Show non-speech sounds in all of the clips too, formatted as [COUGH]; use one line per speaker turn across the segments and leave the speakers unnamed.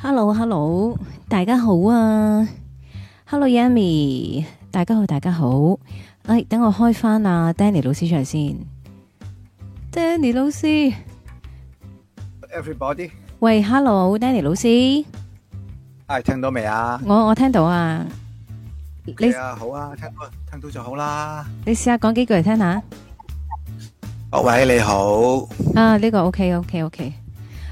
Hello，Hello，大家好啊！Hello，Yami，大家好，大家好。哎，等我開翻啊 Danny 老師場先。Danny 老師，
Everybody，
喂，Hello，Danny 老師，
唉，聽到未啊？
我我聽到啊。你
係啊，好啊，聽到聽到就好啦。
你試下講幾句嚟聽下。
各位你好，
啊，呢個 OK OK OK，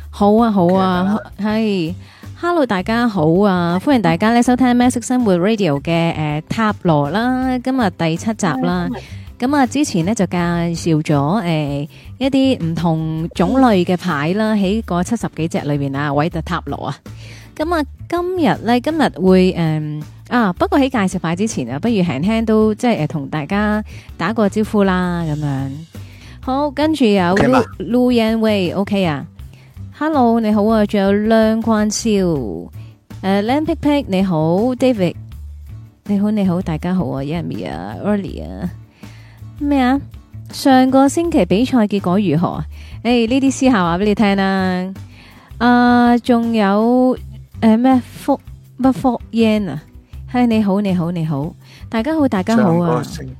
好啊好啊，係，Hello 大家好啊，歡迎大家咧收聽《喵式生活 Radio》嘅誒塔羅啦，今日第七集啦。咁啊，之前咧就介紹咗誒一啲唔同種類嘅牌啦，喺個七十幾隻裏邊啊，韋特塔羅啊。咁啊，今日咧今日會誒啊，不過喺介紹牌之前啊，不如輕輕都即係誒同大家打個招呼啦，咁樣。好，跟住有
OK 嘛
Lu Yan Wei，OK 啊，Hello 你好啊，仲有梁關少，誒 Lam Pick Pick 你好，David 你好你好，大家好啊，Yami 啊，Orly 啊，咩啊？上個星期比賽結果如何啊？誒呢啲私下話俾你聽啦，啊仲有誒咩福乜福 Yan 啊，係你好你好你好，大家好大家好
上
啊
個！星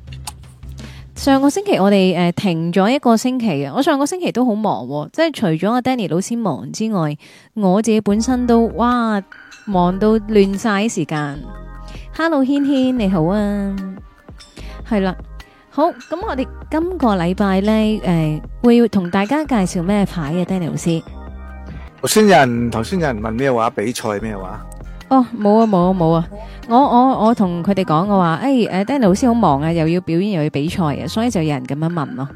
上個星期我哋誒、呃停咗一個星期嘅，我上個星期都好忙、喎，即係除咗阿 Danny 老師忙之外，我自己本身都哇忙到亂晒啲時間。Hello，軒軒你好啊，係啦，好咁我哋今個禮拜呢，誒、呃、會同大家介紹咩牌嘅 Danny 老師？
頭先有人頭先有人問咩話？比賽咩話？
哦，冇啊，冇啊，冇啊！我我我同佢哋講，我話哎誒誒，Danny 老師好忙啊，又要表演又要比賽啊，所以就有人咁樣問咯，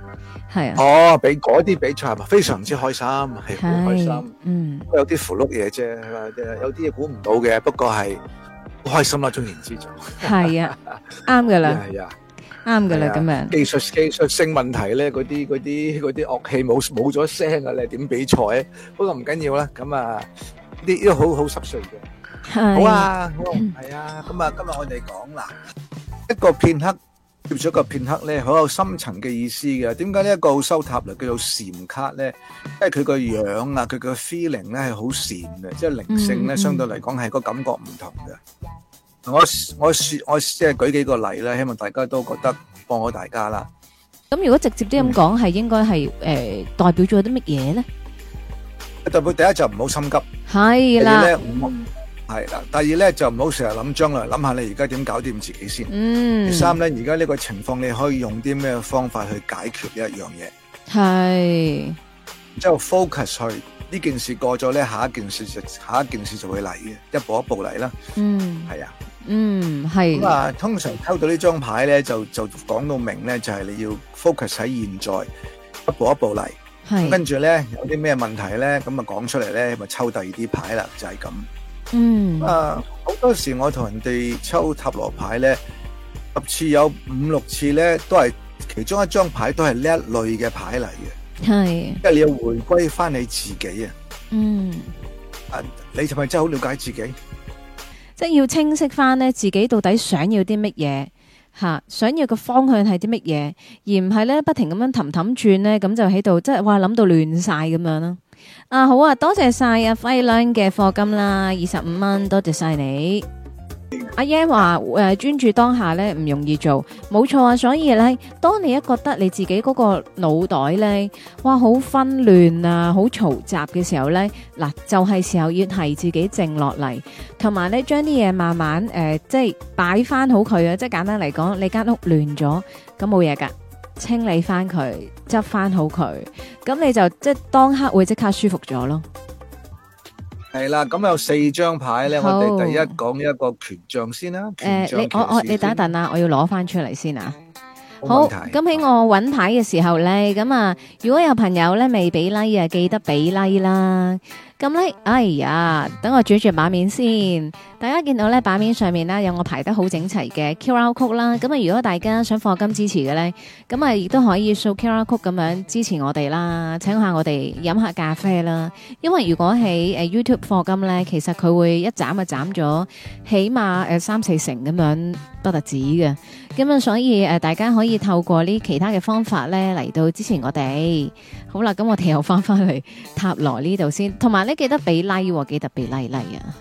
係啊，
哦，比嗰啲比賽係咪非常之開心，Dạ. 係好開
係
心。，
嗯。
有啲符碌嘢啫，係嘛有啲嘢估唔到嘅，不過係好開心啦。總言之就
係啊，啱噶啦，
[LAUGHS] 係啊，
啱噶啦，
係啊
咁樣
技術技術性問題咧，嗰啲嗰啲嗰啲樂器冇冇咗聲啊，你點比賽？不過唔緊要啦，咁啊呢呢個好好濕碎嘅。好
係，
啊，好係啊，咁啊，今日我哋講啦，一個片刻，接咗一個片刻咧，好有深層嘅意思嘅。點解呢一個奧修塔嚟叫做禪卡咧？因為佢個樣啊，佢個 feeling 咧係好禪嘅，即係靈性
嗯嗯
咧，相對嚟講係個感覺唔同嘅。我我説我即係舉幾個例啦，希望大家都覺得幫到大家啦。
咁如果直接啲咁講，係應該係誒代表咗啲乜嘢咧？
代表第一就唔好心急，第
係
二
啦，
咧唔好係啦，第二咧就唔好成日諗將來，諗下你而家點搞掂自己先。
嗯
第，三咧，而家呢個情況你可以用啲咩方法去解決呢一樣嘢？
係，
然之後 focus 去呢件事過咗咧，下一件事就下一件事就會嚟嘅，一步一步嚟啦。
嗯，
係啊，
嗯，係
咁，啊，通常抽到呢張牌咧，就就講到明咧，就係、你要 focus 喺現在，一步一步嚟。
係，
跟住咧有啲咩問題咧，咁啊講出嚟咧，咪抽第二啲牌啦，就係、咁。
嗯，
啊，好多時我同人哋抽塔羅牌咧，十次有五六次咧，都係其中一張牌都係呢一類嘅牌嚟嘅，
係，
因為你要回歸翻你自己啊！
嗯，
啊，你係咪真係好了解自己？
即係要清晰翻咧，自己到底想要啲乜嘢吓，想要嘅方向係啲乜嘢，而唔係咧不停咁樣氹氹轉咧，咁就喺度即係哇諗到亂晒咁樣啦。啊好啊，多謝晒阿輝亮嘅課金啦，二十五蚊，多謝晒你。阿 Yan 話誒專注當下咧唔容易做，冇錯啊。所以咧，當你一覺得你自己嗰個腦袋咧，哇好紛亂啊，好嘈雜嘅時候咧，嗱就係、時候要提自己靜落嚟。同埋咧，將啲嘢慢慢誒、呃即係擺翻好佢啊！即係簡單嚟講，你間屋亂咗，咁冇嘢噶，清理翻佢，執翻好佢，咁你就即係當刻會即刻舒服咗咯。
係啦，咁有四張牌咧，我
好
哋第一講一個權杖先啦。
誒、
權
呃
杖
你我我
騎士
你等一
先
等啊，我要攞翻出嚟先啊。好，
冇問題
咁喺我揾牌嘅時候呢，咁啊，如果有朋友呢未俾 like 啊，記得俾 like 啦。咁呢，哎呀，等我轉轉版面先。大家見到呢版面上面啦，有我排得好整齊嘅 QR code 啦。咁啊，如果大家想課金支持嘅呢，咁啊，亦都可以掃 QR code 咁樣支持我哋啦，請下我哋飲下咖啡啦。因為如果喺誒 YouTube 課金呢，其實呃佢會一斬就斬咗，起碼誒三四成咁樣不特止嘅。咁咁啊，所以诶，呃大家可以透過呢其他嘅方法咧嚟到支持我哋。好啦，咁我哋又翻翻去塔羅呢度先，同埋咧記得俾 like，喎記得俾 like like 啊。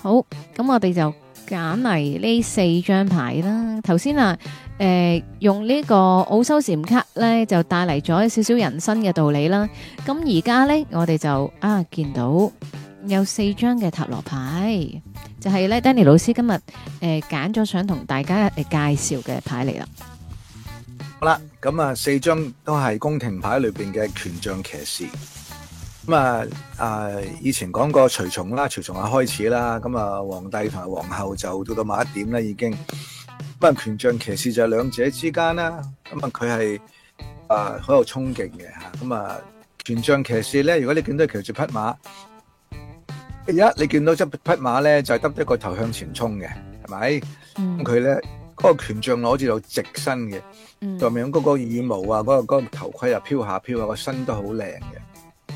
好，咁我哋就揀嚟呢四張牌啦。頭先啊，诶、用呢個奧修禪卡咧，就帶嚟咗少少人生嘅道理啦。咁而家咧，我哋就啊見到有四張嘅塔羅牌，就係咧 Danny 老師今日。诶揀咗想同大家诶介紹嘅牌嚟啦。
好啦，咁啊四張都係宮廷牌裏边嘅權杖騎士。咁啊，啊以前講過隨從啦，隨從啊開始啦，咁啊皇帝同埋皇后就到到某一點啦已經。咁啊權杖騎士就係兩者之間啦，咁啊佢係啊好有衝勁嘅吓，咁啊權杖騎士咧，如果你見到佢騎住匹馬，一你見到只匹馬咧就係耷低個頭向前衝嘅，係咪？
嗯
咁佢咧嗰個權杖攞住就直身嘅。
嗯
上面嗰個羽毛啊，嗰、個嗰個頭盔啊，飄下飄下，個身都好靚嘅。咁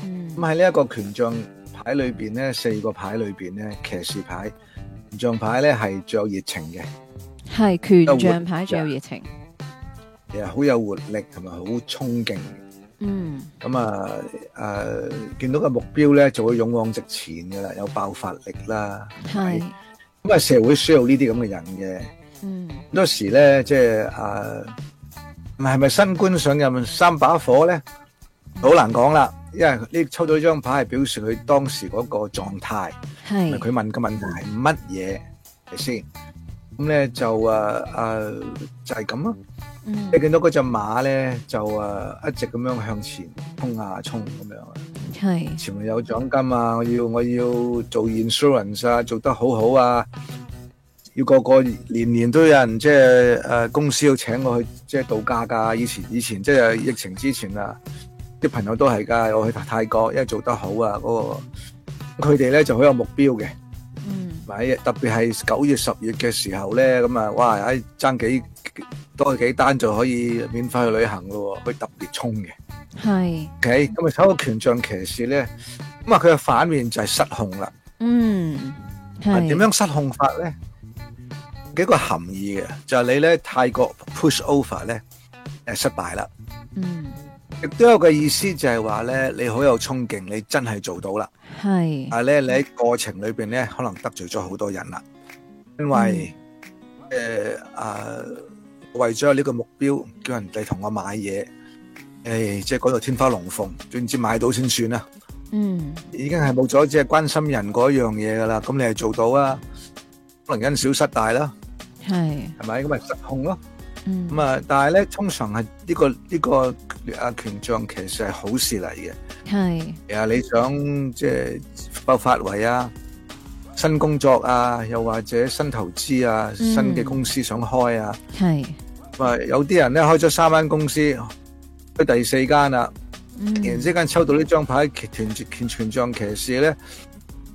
嗯
喺呢一個權杖牌裏邊咧，四個牌裏邊咧，騎士牌、權杖牌咧係最有熱情嘅，
係權杖牌最有熱情。
又好有活力同埋好衝勁嘅。
嗯
咁啊誒、見到個目標咧就會勇往直前嘅啦，有爆發力啦。
係
咁啊，社會需要呢啲咁嘅人嘅。
嗯
好多時咧，即係啊，係咪新官上任三把火咧？好難講啦，因為呢抽到呢張牌係表示佢當時嗰個狀態，
係
佢問嘅問題係乜嘢係先？咁咧就誒誒、啊就係咁咯。
嗯
你見到嗰只馬咧就誒、啊一直咁樣向前衝啊衝咁樣。
係
前面有獎金啊！我要我要做 insurance 啊，做得好好啊！要個個年年都有人即係誒公司要請我去即係度假㗎。以前以前即係疫情之前啊，啲朋友都係㗎，我去泰國，因為做得好啊嗰、個。佢哋咧就好有目標嘅，
嗯
咪特別係九月、十月嘅時候咧，咁啊，哇！唉，爭幾多幾單就可以免費去旅行咯喎，佢特別衝嘅。
係
OK，咁啊，睇個權杖騎士咧，咁啊，佢嘅反面就係失控啦。
嗯
啊點
係
樣失控法咧？幾個含義嘅，就係、你咧太過 push over 咧，誒失敗啦。
嗯
亦都有個意思就係話咧，你好有衝勁，你真係做到啦。
係
但係咧，你喺過程裏邊咧，可能得罪咗好多人啦，因為
嗯
誒啊、為咗呢個目標，叫人哋同我買嘢，誒、即係嗰度天花龍鳳，總之買到先算啦。
嗯
已經係冇咗即係關心人嗰樣嘢噶啦，咁你係做到啊？可能因小失大啦，
係
係咪？咁咪失控咯。
嗯
咁啊，但係咧，通常係呢、個呢、個啊權杖其實係好事嚟嘅。
係
啊，你想即係爆發圍啊，新工作啊，又或者新投資啊，
嗯
新嘅公司想開啊。
係
咁啊，有啲人咧開咗三間公司，去第四間啦。
嗯
突然之間抽到呢張牌，權權權杖騎士咧，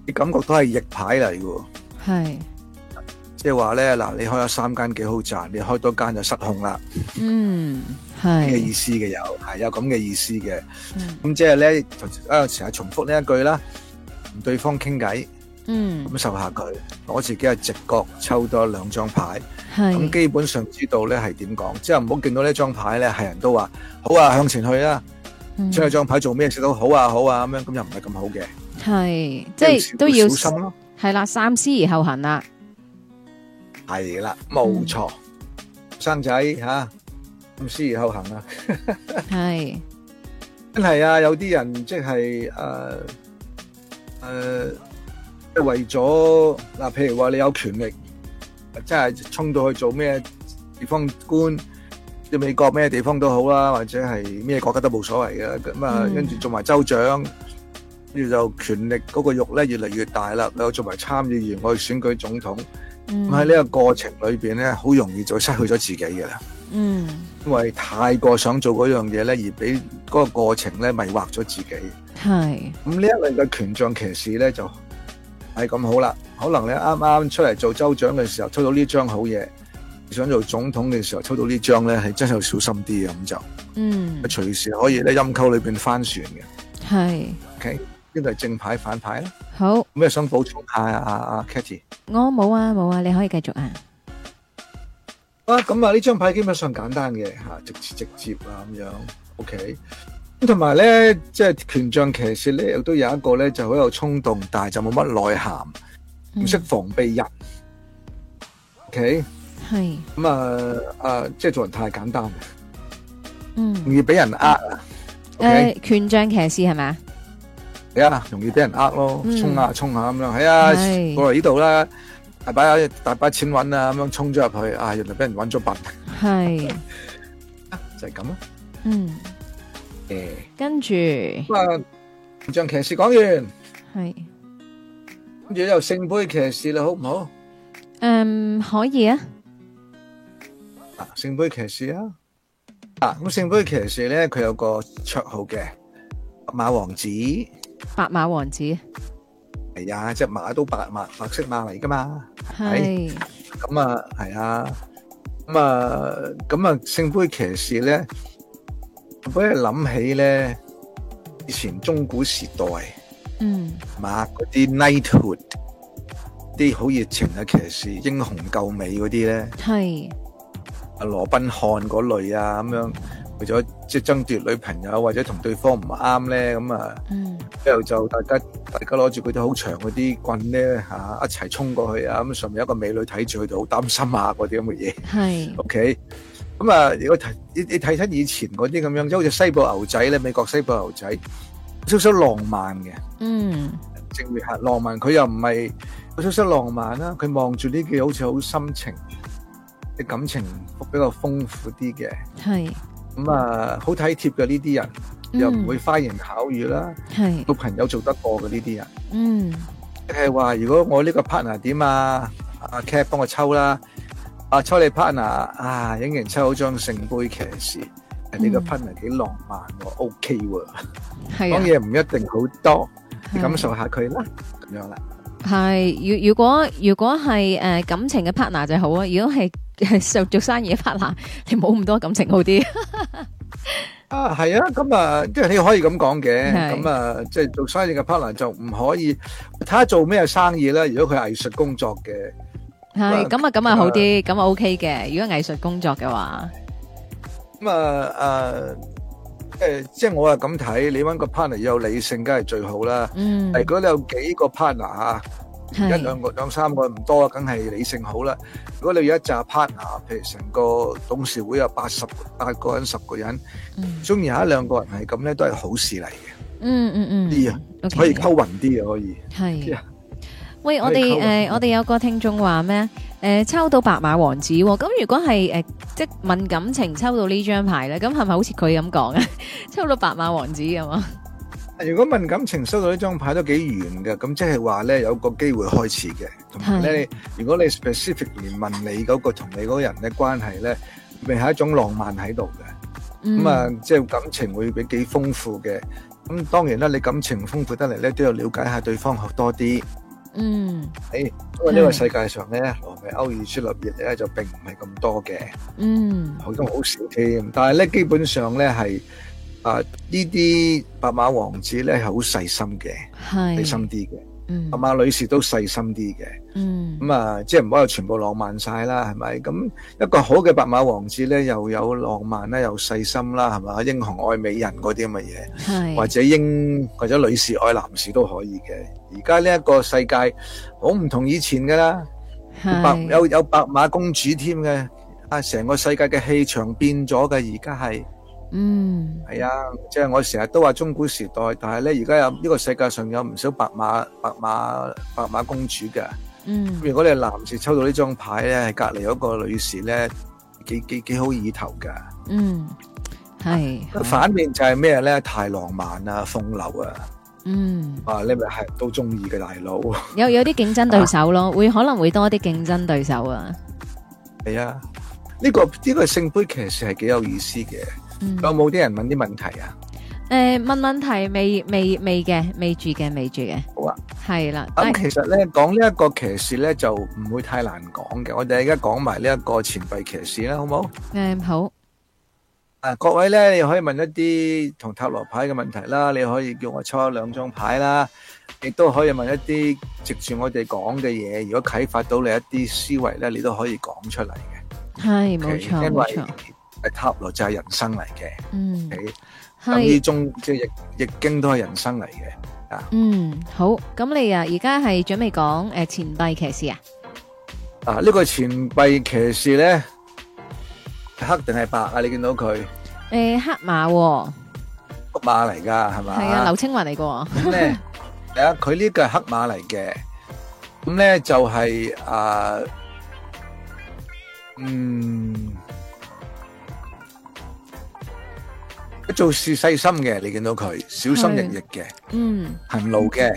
你感覺都係逆牌嚟嘅喎，
係
即係話咧嗱，你開咗三間幾好賺，你開多間就失控啦，
嗯
嘅
係
意思嘅有係有咁嘅意思嘅。
嗯
咁即係咧，啊成日重複呢一句啦，同對方傾偈，
嗯
感受下佢，攞自己嘅直覺抽多兩張牌，咁
係
基本上知道咧係點講，即係唔好見到呢張牌咧係人都話好啊向前去啦，
嗯
出去張牌做咩食到好啊好啊咁樣，咁又唔係咁好嘅，
係即係都要
小心咯。
係啦，三思而後行
[LAUGHS]
啦。
系啦，冇錯，
嗯
生仔吓，咁思而後行啊！
係
真係啊，有啲人即係诶诶，即係為咗嗱，譬如話你有權力，真係衝到去做咩地方官，即係美國咩地方都好啦，或者係咩國家都冇所謂嘅。咁啊，
嗯
跟住做埋州長，跟住就權力嗰個慾咧越嚟越大啦。又做埋參議員，我去選舉總統。
嗯
咁喺呢個過程裏邊咧，好容易就失去咗自己嘅啦，
嗯
因為太過想做嗰樣嘢咧，而俾嗰個過程咧迷惑咗自己。
係
咁呢一類嘅權杖騎士咧就係咁好啦。可能你啱啱出嚟做州長嘅時候抽到呢張好嘢，想做總統嘅時候抽到呢張咧係真係要小心啲嘅咁就，
嗯
隨時可以咧陰溝裏邊翻船嘅。
係
OK，呢度係正牌反牌啦。
好。
咁你啊想補充下啊啊 Katy？
我冇啊，冇啊，你可以繼續啊。
啊，咁啊呢張牌基本上簡單嘅嚇，直接直接啊咁樣，OK。咁同埋咧，即係權杖騎士咧，亦都有一個咧就好有衝動，但係就冇乜內涵，
嗯
唔識防備人。OK，
系，
咁啊啊，即係做人太簡單，
嗯，
容易俾人呃啊。OK，
诶，權杖騎士係咪啊？
係啊，容易俾人呃咯，
嗯
衝下衝下咁樣，係啊
係，
過嚟呢度啦，大把大把錢揾啊，咁樣衝咗入去，啊，原來俾人揾咗笨，
係，
就係咁咯。
嗯，
誒，
跟住係，
咁啊，權杖騎士講完。跟住又聖杯騎士啦，好唔好？
嗯，可以啊，
啊，聖杯騎士啊，啊咁聖杯騎士咧，佢有個绰號嘅白馬王子，係
白馬王子
啊，只馬都白馬白色馬嚟噶嘛，
係，
咁啊係啊，咁啊咁啊聖杯騎士咧，我俾你諗起咧，以前中古時代
嗯，
係嘛嗰啲 knighthood，啲好熱情嘅騎士，英雄救美嗰啲咧。
係，
啊羅賓漢嗰類啊，咁樣為咗即係爭奪女朋友，或者同對方唔啱咧，咁啊，
嗯，
之後就大家大家攞住嗰啲好長嗰啲棍咧嚇、啊一齊衝過去啊，咁上面有一個美女睇住佢哋，好擔心啊嗰啲咁嘅嘢。
係，
OK，咁啊，如果睇你你睇親以前嗰啲咁樣，即係好似西部牛仔咧，美國西部牛仔，有少少浪漫嘅。
嗯，
正面係浪漫，佢又唔係有少少浪漫啦。佢望住呢句好似好深情，啲感情比較豐富啲嘅。
係，
咁啊，好體貼嘅呢啲人，
嗯
又唔會花言巧語啦，
係，
老朋友做得過嘅呢啲人。
嗯，
即係話，如果我呢個 partner 點啊，阿 Cat 幫我抽啦，啊抽你 partner 啊，影人抽張聖杯騎士，你個
嗯
partner 幾浪漫喎，OK 喎，
係
講
啊，
嘢唔一定好多，你
係啊
感受下佢啦，咁樣啦。
係，如如果如果係诶感情嘅 partner 就好啊，如果係 [LAUGHS] 做做生意嘅 partner，你 [LAUGHS] 冇咁多感情好
[LAUGHS]
啲，
啊，係啊，咁啊，即係你可以咁講嘅，
係
咁啊，即係做生意嘅 partner 就唔可以睇下做咩生意啦。如果佢係藝術工作嘅，
係，咁啊咁啊好啲，咁啊 OK 嘅，如果藝術工作嘅話，
咁啊誒，呃即係我啊咁睇，你揾個 partner 要有理性，梗係最好啦。
嗯，
如果你有幾個 partner 啊，一
係。
兩個、兩三個唔多，梗係理性好啦。如果你有一紮 partner，譬如成個董事會有八十八個人、十個人，
嗯
中意有一兩個人係咁咧，都係好事嚟嘅，
嗯嗯
啲啊
嗯，
可以溝勻啲嘅可以。
系
啊。
喂，我
可以
哋
溝
诶、
啊
我哋有個聽眾話咩？诶、抽到白馬王子、喎。咁如果係诶、即係敏感情抽到呢張牌咧，咁係咪好似佢咁講啊？ [LAUGHS] 抽到白馬王子咁嘛？
如果問感情收到呢張牌都幾遠嘅，咁即係話咧有個機會開始嘅，同埋咧如果你 specifically 問你嗰、個同你嗰個人嘅關係咧，咪係一種浪漫喺度嘅，
嗯
咁啊即係感情會比幾豐富嘅。咁當然啦，你感情豐富得嚟咧，都要了解下對方多啲，
嗯
因為呢個世界上咧羅密歐與朱麗葉咧就並唔係咁多嘅。
嗯
好咁好少添，但系咧基本上咧係啊呢啲白馬王子咧係好細心嘅，細
係
心啲嘅，
嗯
白馬女士都細心啲嘅，
嗯
咁啊即係唔好有全部浪漫晒啦，係咪？咁一個好嘅白馬王子咧，又有浪漫啦，又細心啦，係咪？英雄愛美人嗰啲咁嘅嘢，或
係
者英或者女士愛男士都可以嘅。而家呢一個世界好唔同以前噶啦。白
係
有有白馬公主添嘅，啊，成個世界嘅氣場變咗嘅，而家係
嗯
係啊，即係我成日都話中古時代，但係咧而家有呢個世界上有唔少白馬白馬白馬公主嘅。
嗯
如果你男士抽到呢張牌咧，隔離嗰個女士咧，幾幾幾好意頭㗎。
嗯係
反面就係咩咧？太浪漫啊，風流啊，
嗯
啊，你咪係人都中意嘅大佬。
有有啲競爭對手咯，會可能會多啲競爭對手啊。
係啊，呢、個呢、個聖杯騎士係幾有意思嘅。
嗯
有冇啲人問啲問題啊？
诶、問問題未未未嘅，未住嘅，未住嘅。
好啊，
係啦，但
咁
係
其實咧講呢一個騎士咧就唔會太難講嘅，我哋而家講埋呢一個錢幣騎士啦，好冇？
诶、好，
啊，各位咧，你可以問一啲同塔羅牌嘅問題啦，你可以叫我抽一兩張牌啦，亦都可以問一啲藉住我哋講嘅嘢，如果啟發到你一啲思維咧，你都可以講出嚟嘅。
係冇
因
錯
為
冇錯，
係塔羅就係人生嚟嘅。
嗯
OK，咁呢
係
中即係易易經都係人生嚟嘅。
嗯好。咁你啊，而家係準備講诶錢幣騎士啊？
啊，呢、個錢幣騎士咧，黑定係白啊？你見到佢
诶黑馬喎，
黑馬嚟㗎，係嘛？
係啊，劉青雲嚟嘅喎，
咁咧，係啊，佢呢個係黑馬嚟嘅，咁咧就係、啊，嗯，佢做事細心嘅，你見到佢小心翼翼嘅，
嗯
行路嘅，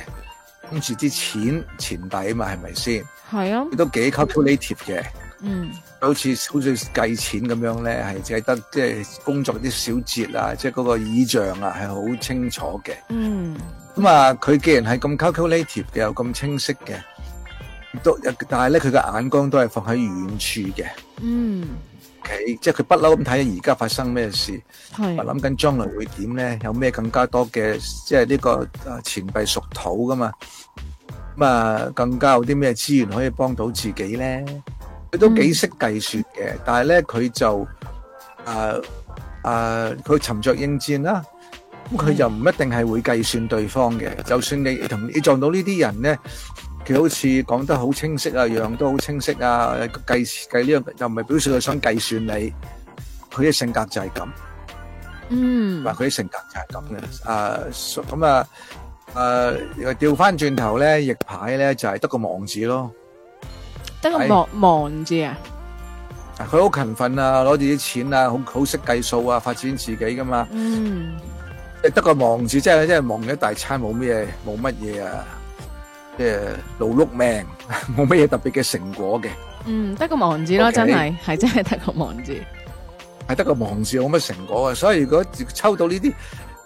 跟住啲錢錢幣啊嘛，係咪先？
係啊
佢，都幾 calculative 嘅。
嗯
好似好似計錢咁樣咧，係淨係得即係工作啲小節啊，即係嗰個意象啊，係好清楚嘅。
嗯
咁啊，佢既然係咁 calculative 嘅，又咁清晰嘅，都但係咧，佢嘅眼光都係放喺遠處嘅
嗯
，OK，即係佢不嬲咁睇而家發生咩事，
係
話諗緊將來會點咧，有咩更加多嘅即係呢個啊錢幣屬土噶嘛，咁啊更加有啲咩資源可以幫到自己咧？佢都幾識計算嘅，但係咧佢就啊啊佢沉着應戰啦。咁佢又唔一定係會計算對方嘅，就算你同你撞到呢啲人咧，佢好似講得好清晰啊，樣都好清晰啊，計計呢樣又唔係表示佢想計算你，佢嘅性格就係咁。
嗯
話佢啲性格就係咁嘅。啊，所咁啊，誒調翻轉頭咧，逆牌咧就係得個望字咯。
得個
係
望望字啊，
啊佢好勤奮啊，攞住啲錢啊，好好識計數啊，發展自己噶嘛。
嗯
即係得個望字，即係即係望咗一大餐，冇咩冇乜嘢啊，即係勞碌命， [LAUGHS] 冇乜嘢特別嘅成果嘅，
嗯得個望字咯，
OK
真係係真係得個望字，
係得個望字冇乜成果啊。所以如果抽到呢啲，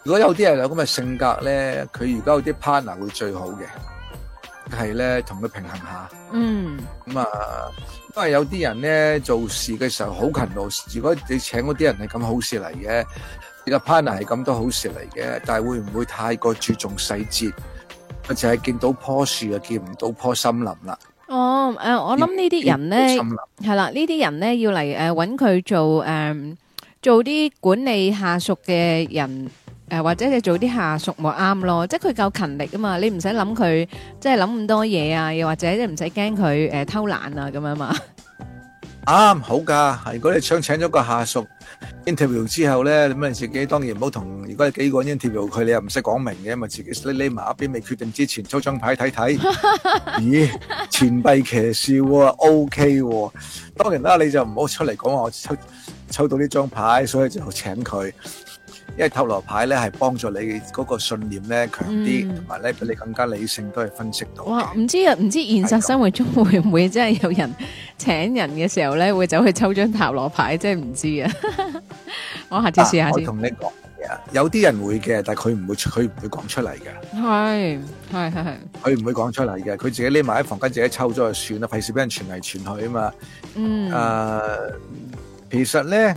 如果有啲人有咁嘅性格咧，佢而家有啲 partner 會最好嘅，係咧同佢平衡下。
嗯
咁啊，因為有啲人咧做事嘅時候好勤勞，如果你請嗰啲人係咁好事嚟嘅，你個 partner 係咁都好事嚟嘅，但係會唔會太過注重細節？就係見到棵樹啊，見唔到棵森林啦。
哦诶，呃我諗呢啲人
見唔
咧
到。森
系
林
啦，呢啲人咧要嚟诶揾佢做诶、誒做啲管理下屬嘅人诶、誒或者係做啲下屬咪啱咯，即係佢夠勤力啊嘛，你唔使諗佢即係諗咁多嘢啊，又或者你唔使驚佢诶偷懶啊咁樣嘛。
啱好㗎。如果你想請咗個下屬 interview 之後咧，咁你自己當然唔好同。如果你幾個人 interview 佢，你又唔識講明嘅，咪自
[LAUGHS]
己匿匿埋一邊，未決定之前抽張牌睇睇。咦，錢幣騎士喎，OK 喎。當然啦，你就唔好出嚟講話我抽抽到呢張牌，所以就請佢。因為塔羅牌咧係幫助你嗰個信念咧強啲，
嗯
同埋咧俾你更加理性都係分析到嘅。
哇，唔知啊，唔知現實生活中會唔會真係有人請人嘅時候咧會走去抽張塔羅牌，真係唔知啊。 [LAUGHS] 我下次試下
啊我
先，
同你講嘅，有啲人會嘅，但係佢唔會出，佢唔會講出嚟嘅，
係係係係，
佢唔會講出嚟嘅，佢自己匿埋喺房間自己抽咗就算啦，費事俾人傳嚟傳去啊嘛。誒、
嗯
其實咧，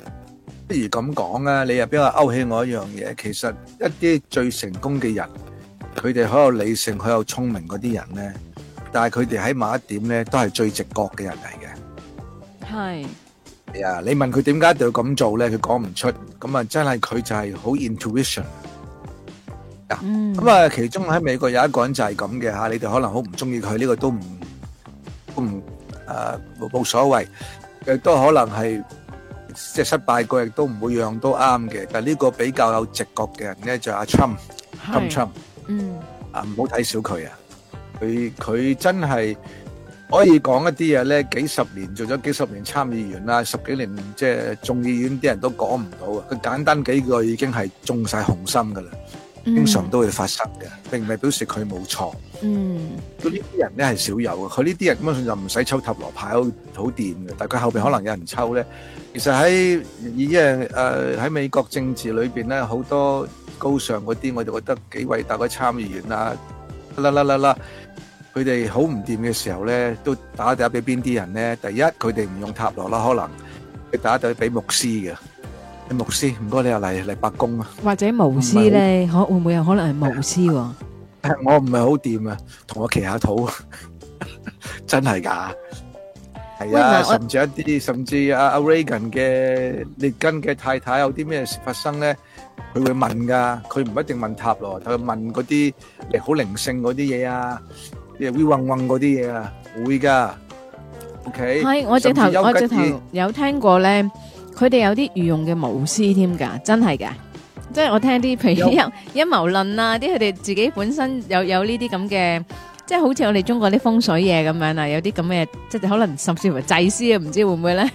不如咁講啊，你又比較勾起我一樣嘢，其實一啲最成功嘅人，佢哋好有理性、好有聰明嗰啲人咧，但係佢哋喺某一點咧，都係最直覺嘅人嚟嘅。
係
係啊，你問佢點解一定要咁做咧，佢講唔出，咁啊真係佢就係好 intuition。
嗯
咁啊，其中喺美國有一個人就係咁嘅嚇，你哋可能好唔中意佢，呢、個都唔都唔誒冇冇所謂，亦都可能係即係失敗過，亦都唔會樣都啱嘅。但係呢個比較有直覺嘅人咧，就係阿 Trump，Trump
係
Trump
嗯
啊，唔好睇小佢啊，佢佢真係可以講一啲嘢咧，幾十年做咗幾十年參議員啦，十幾年即係眾議院啲人都講唔到啊，佢簡單幾句已經係中晒紅心噶啦。經常都會發生嘅，並唔係表示佢冇錯。
嗯。嗯
佢呢啲人咧係少有嘅，佢呢啲人根本上就唔使抽塔羅牌好好掂嘅，但係佢後邊可能有人抽咧。其實喺以誒誒喺美國政治裏邊咧，好多高尚嗰啲，我哋覺得幾偉大嘅參議員啊，啦啦啦啦，佢哋好唔掂嘅時候咧，都打電話俾邊啲人咧？第一，佢哋唔用塔羅啦，可能佢打電話俾牧師嘅。牧師，唔該你又嚟嚟白宮啊！
或者巫師咧，可會唔會有可能係巫師喎？
[LAUGHS] 我唔係好掂啊，同我祈下禱，真係㗎，系
喂
啊，
嗱我
甚至一啲，甚至阿阿 Reagan 嘅列根嘅太太有啲咩事發生咧，佢會問噶，佢唔一定問塔羅，佢問嗰啲誒好靈性嗰啲嘢啊，誒 we 混混嗰啲嘢啊，會噶。OK，
系我直头
甚至丘
我
吉
直头
爾
有聽過咧，佢哋有啲御用嘅巫師添㗎，真係㗎。即係我聽啲譬如
有
有陰謀論啊，啲佢哋自己本身有有呢啲咁嘅，即係好似我哋中國啲風水嘢咁樣啊，有啲咁嘅，即係可能甚至乎祭司啊，唔知會唔會咧？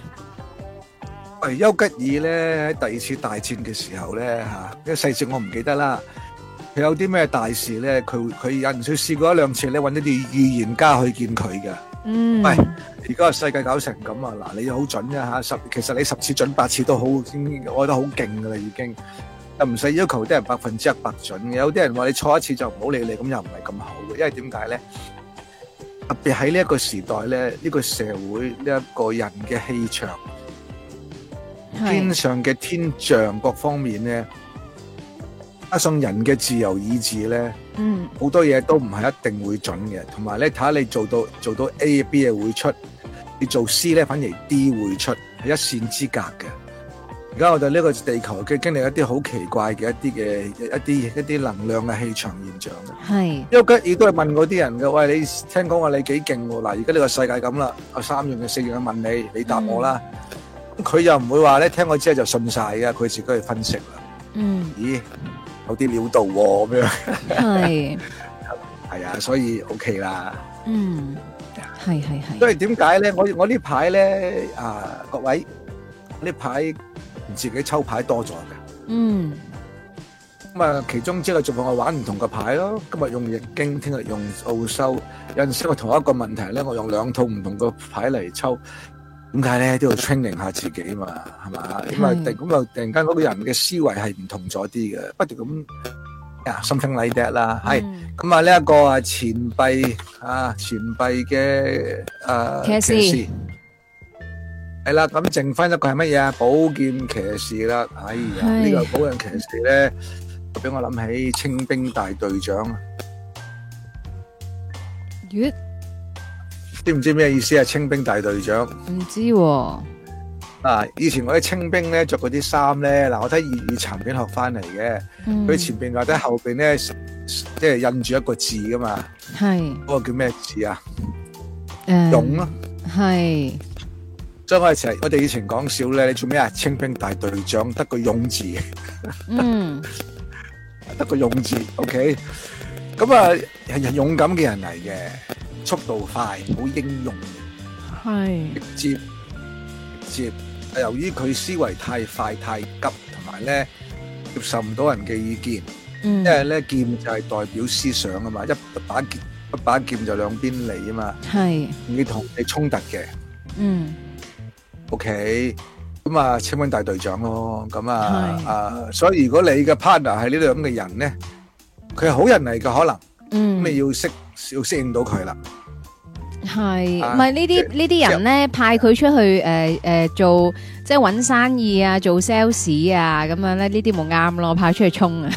喂，丘吉爾咧喺第二次大戰嘅時候咧嚇，因為細節我唔記得啦。佢有啲咩大事咧？佢佢有陣時試過一兩次咧，揾一啲預言家去見佢嘅。
嗯，
喂而家個世界搞成咁啊！嗱，你好準啫嚇，十其實你十次準八次都好，已經我覺得好勁噶啦已經，又唔使要求啲人百分之一百準嘅。有啲人話你錯一次就唔好理你，咁又唔係咁好嘅，因為點解咧？特別喺呢一個時代咧，呢、個社會呢一、個人嘅氣場。天
係
上嘅天象各方面咧，加上人嘅自由意志咧，
嗯
好多嘢都唔係一定會準嘅。同埋咧，睇下你做到做到 A、B 嘅會出，你做 C 咧反而 D 會出，係一線之隔嘅。而家我哋呢個地球嘅經歷一啲好奇怪嘅一啲嘅一啲一啲能量嘅氣場現象嘅。
係
丘吉爾都係問嗰啲人嘅，喂，你聽講話你幾勁喎？嗱，而家呢個世界咁啦，有三樣嘅四樣嘅問你，你答我啦。佢、又唔會話咧，聽我之後就信晒嘅，佢自己去分析啦。
嗯
咦，有啲料到喎、咁樣
係
[LAUGHS] 係啊，所以 OK 啦。
嗯係係
所
係
以點解咧？我我呢排咧啊，各位呢排自己抽牌多咗嘅。
嗯
咁啊，其中之一個做法我玩唔同嘅牌咯。今日用易經，聽日用奧修。有陣時我同一個問題咧，我用兩套唔同嘅牌嚟抽。點解咧？都要 training 下自己嘛，係嘛？咁啊，
嗯
突咁啊，突然間嗰個人嘅思維係唔同咗啲嘅，不斷咁啊，something like that 啦，係。
嗯
咁啊，呢一個啊錢幣啊錢幣嘅誒
騎士
士，係啦，咁剩翻一個係乜嘢啊？寶劍騎士啦，哎呀，
係
呢個寶劍騎士咧，俾我諗起清兵大啊隊長，
咦
知唔知咩意思啊？清兵大隊長
唔知喎，
啊，以前我啲清兵咧着嗰啲衫咧，嗱，我睇粵語殘片學翻嚟嘅，
嗯
佢前邊或者後邊咧，即係印住一個字噶嘛，
係
嗰個叫咩字啊？
誒
勇啊咯。
係
[LAUGHS] 所以我哋成日我哋以前講笑咧，你做咩啊？清兵大隊長得個勇字，
嗯。
得個勇字，OK。咁啊，係係勇敢嘅人嚟嘅，速度快，好英勇，
系
直接直接。由於佢思維太快太急，同埋咧接受唔到人嘅意見，
嗯
因為咧劍就係代表思想啊嘛，一把劍一把劍就兩邊嚟啊嘛，
系
唔會同你衝突嘅。
嗯
OK，咁啊，清兵大隊長咯，咁啊
係
啊，所以如果你嘅 partner 係呢類咁嘅人咧，佢係好人嚟嘅，可能
嗯
咁你要識要適應到佢啦。
系唔
啊
系呢啲呢啲人咧派佢出去诶诶做即系搵生意啊做 sales 啊咁样咧呢啲冇啱咯派出去冲啊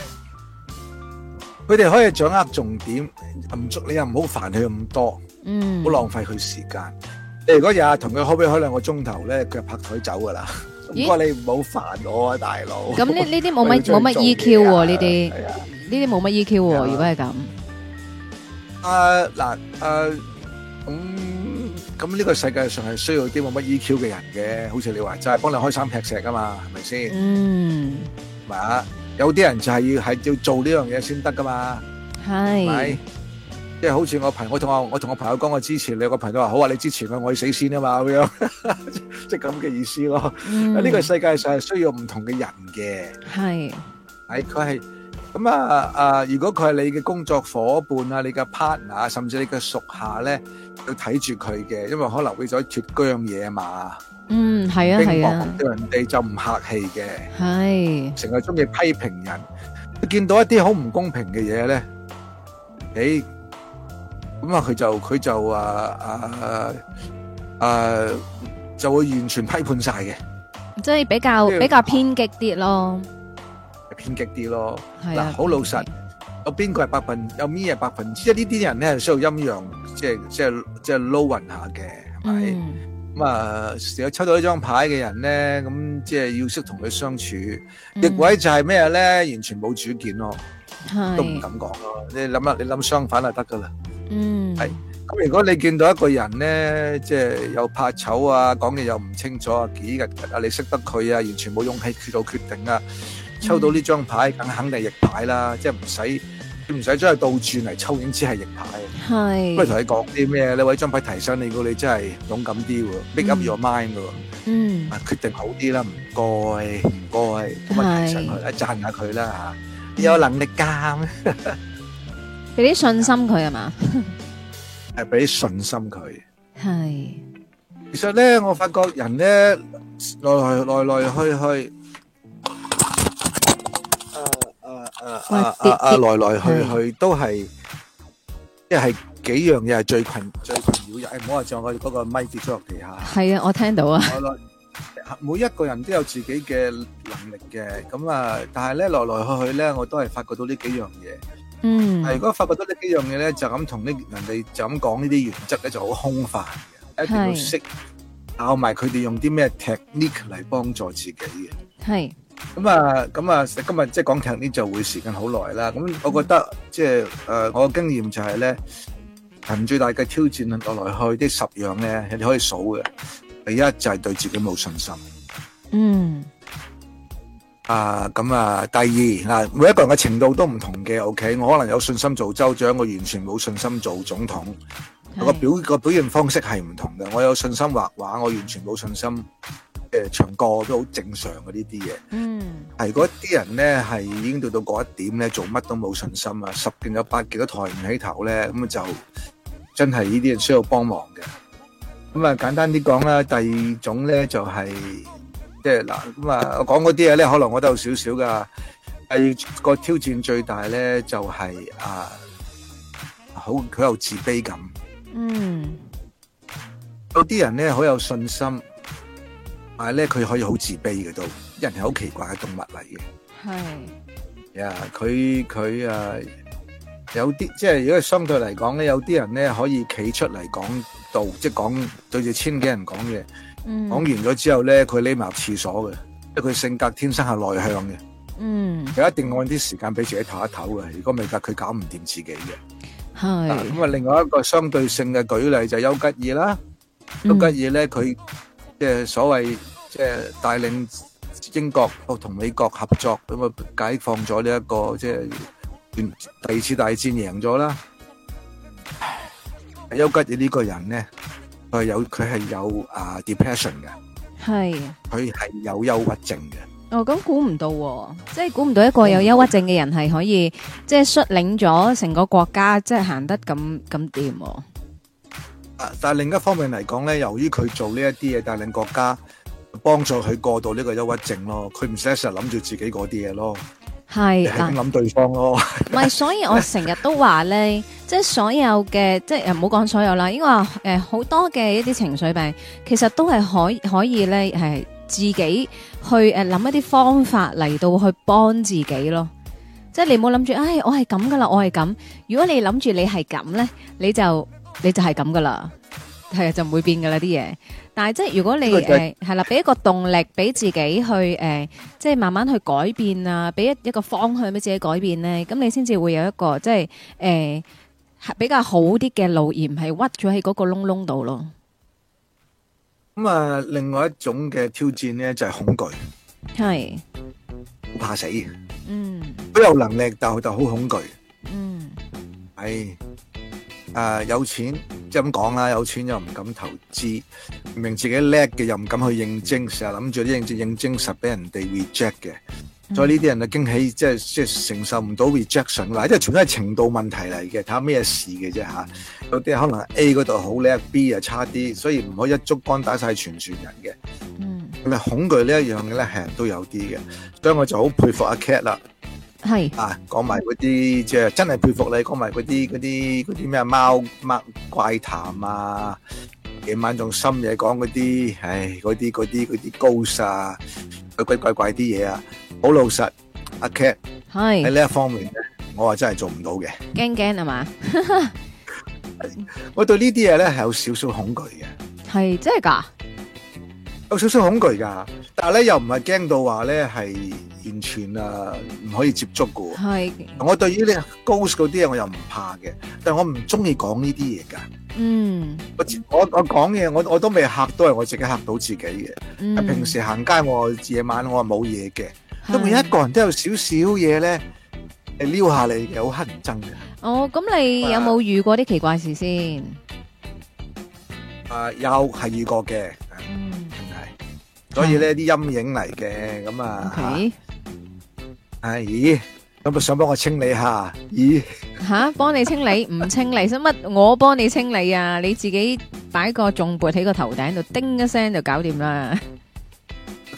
佢哋可以掌握重點，唔足你又唔好煩佢咁多，唔
嗯
好浪費佢時間。你如果日日同佢開啤開兩個鐘頭咧，佢就拍台走噶啦。
咦
唔該你唔好煩我啊，大佬。
咁呢呢啲冇乜
佢要
冇乜
做
EQ
嘢啊
喎呢啲
係啊
呢啲冇乜 EQ 喎
係啊
如果系咁
啊嗱，誒咁咁呢個世界上係需要啲冇乜 EQ 嘅人嘅，好似你話齋幫你開山劈石啊嘛，係咪先？
Ừ. 嗯
係咪啊？有啲人就係要係要做呢樣嘢先得噶嘛，係咪
系？
即係好似我朋我同我我同我朋友講我支持你，我朋友話好啊，你支持我，我要死先啊嘛咁樣， [LAUGHS] 即係咁嘅意思咯。
Ừ. 嗯
呢、個世界上係需要唔同嘅人嘅。
系
係佢係咁啊啊！如果佢係你嘅工作伙伴啊，你嘅 partner 啊甚至你嘅屬下咧，要睇住佢嘅，因為可能會咗脱韁野馬，
嗯系啊
冰
系
雹
啊
對人哋就唔客氣嘅，
系
成日中意批評人。佢見到一啲好唔公平嘅嘢咧，誒咁啊，佢就佢就啊啊啊就會完全批判晒嘅，
即系比较
呢個
比较偏激啲咯
偏激啲咯。
系
嗱
啊
好老實有邊個係百分有咩係百分之？即係呢啲人咧係需要陰陽，即係即係即係撈勻下嘅，係咪？
嗯
咁啊，有抽到呢張牌嘅人咧，咁即係要識同佢相處。逆位就係咩咧？完全冇主見咯，都唔
系，
敢講咯。你諗下，你諗相反就得噶啦。
嗯，
係咁如果你見到一個人咧，即係又怕醜啊，講嘢又唔清楚啊，幾日啊，你識得佢啊，完全冇勇氣做決定啊，抽到呢張牌，梗肯定係逆牌啦，即係唔使你唔使將佢倒轉嚟抽，已經知係逆牌。不如
系，
同你講啲咩咧？位張牌提醒你個，你真係勇敢啲喎，make up your mind 喎。
嗯，
啊，決定好啲啦，唔該唔該，咁啊提醒佢啦，讚下佢啦嚇，有能力㗎，
俾啲信心佢系嘛，
係俾啲信心佢。
系，
其實咧，我發覺人咧來來來來去去，啊啊啊
哇
啊
跌
啊
跌
來來去去都係，即係幾樣嘢係最困最困擾人。誒唔好話像我哋嗰個咪跌咗落地下。
系啊，我听到啊，
我來每一個人都有自己嘅能力嘅，咁啊，但係咧來來去去咧，我都係發覺到呢幾樣嘢。
嗯，
但係如果發覺到呢幾樣嘢咧，就咁同呢人哋就咁講呢啲原則咧，就好空泛嘅，一定要
係
識教埋佢哋用啲咩 technique 嚟幫助自己嘅。
系，
咁啊，咁啊，今日即係講 technique 就會時間好耐啦。咁我覺得即係誒、呃我嘅經驗就係咧，人最大嘅挑戰落來去呢十樣咧，你可以數嘅。第一就係對自己冇信心。
嗯，
啊，咁啊，第二嗱，每一個人嘅程度都唔同嘅，OK，我可能有信心做州長，我完全冇信心做總統，
係
個表個表現方式係唔同嘅。我有信心畫畫，我完全冇信心誒、呃唱歌都好正常嘅呢啲嘢。
嗯，
係嗰啲人咧係已經到到嗰一點咧，做乜都冇信心啊，十件有八件都抬唔起頭咧，咁就真係呢啲人需要幫忙嘅。咁啊，簡單啲講啦，第二種咧就係即係嗱，咁啊，我講嗰啲嘢咧，可能我都有少少噶。第二個挑戰最大咧就係、啊，好佢有自卑感。
嗯，
有啲人咧好有信心，但係咧佢可以好自卑嘅都，人係好奇怪嘅動物嚟嘅。
系，
呀，佢佢啊，有啲即係如果相對嚟講咧，有啲人咧可以企出嚟講道，即係講對住千幾人講嘢，
嗯，
講完咗之後咧，佢匿埋入廁所嘅，即係佢性格天生係內向嘅，
嗯，
佢一定按啲時間俾自己唞一唞嘅，如果唔係㗎，佢搞唔掂自己嘅。啊
系，
咁啊，另外一個相對性嘅舉例就係丘吉爾啦，丘
嗯
吉爾咧佢即係所謂即係帶領英國同美國合作咁啊，解放咗呢一個即係原第二次大戰贏咗啦。丘吉爾呢個人咧，佢係有佢係有啊 depression 嘅，
系。
佢係有憂鬱症嘅。
哦，咁估唔到、喎，即系估唔到一個有憂鬱症嘅人係可以即系率領咗成個國家，即系行得咁咁掂、喎。
啊但係另一方面嚟講咧，由於佢做呢一啲嘢，帶領國家幫助佢過渡呢個憂鬱症咯，佢唔使成日諗住自己嗰啲嘢咯，
係
係
嗱
咁，諗對方咯。
唔係，所以我成日都話咧，即係所有嘅，即係呃唔好講所有啦，應該話誒好多嘅一啲情緒病，其實都係可以可以咧係自己去誒諗一啲方法嚟到去幫自己咯。即係你冇諗住，唉，我係咁噶啦，我係咁。如果你諗住你係咁咧，你就你就係咁噶啦，係啊，就唔會變噶啦啲嘢。但係即係如果你
呢個就
誒
係
係啦，俾一個動力俾自己去誒。呃即係慢慢去改變啊，俾一一個方向俾自己改變咧，咁你先至會有一個即係诶、呃比較好啲嘅路，而唔係屈咗喺嗰個窿窿度咯。
咁啊，另外一種嘅挑戰咧就係、恐懼，
係，
好怕死，好
嗯
有能力，但係就好恐懼。
嗯
係啊，有錢即係咁講啦，有錢又唔敢投資，明明自己叻嘅又唔敢去應徵，成日諗住啲應徵應徵實俾人哋 reject 嘅，所以呢啲人嘅驚喜即係即係承受唔到 rejection 啦，即係全部都係程度問題嚟嘅，睇下咩事嘅啫嚇。有啲可能 A 嗰度好叻，B 啊差啲，所以唔可以一竹竿打晒全船人嘅。
嗯，
咁啊，恐懼呢一樣嘅咧係人都有啲嘅，所以我就好佩服阿 Cat 啦。
係
啊，講埋嗰啲即係真係佩服你，講埋嗰啲嗰啲嗰啲咩貓貓怪談啊，夜晚仲深夜講嗰啲，唉，嗰啲嗰啲嗰啲高啊，鬼鬼怪怪啲嘢啊，好老實，阿 Cat 喺
係
呢一方面咧，我啊係真係做唔到嘅，
驚驚係嘛？
我對呢啲嘢咧係有少少恐懼嘅，
係真係㗎？
有少少恐懼㗎，但係咧又唔係驚到話咧係完全啊唔可以接觸嘅喎。
係，
我對於呢 ghost 嗰啲嘢我又唔怕嘅，但係我唔中意講呢啲嘢㗎。
嗯，
我知我我講嘢我我都未嚇到係我自己嚇到自己嘅。
嗯
平時行街我夜晚我係冇嘢嘅，都每
係
一個人都有少少嘢咧誒撩下你嘅，好乞人憎嘅。
哦，咁你有冇遇過啲奇怪事先？
啊，有係遇過嘅，啊
嗯
係。所以咧啲陰影嚟嘅，咁啊。
，OK，
啊咦，咁啊想幫我清理下，咦，
吓，幫你清理唔清理，使乜我幫你清理啊？你自己擺個重撥喺個頭頂度，叮一聲就搞掂啦。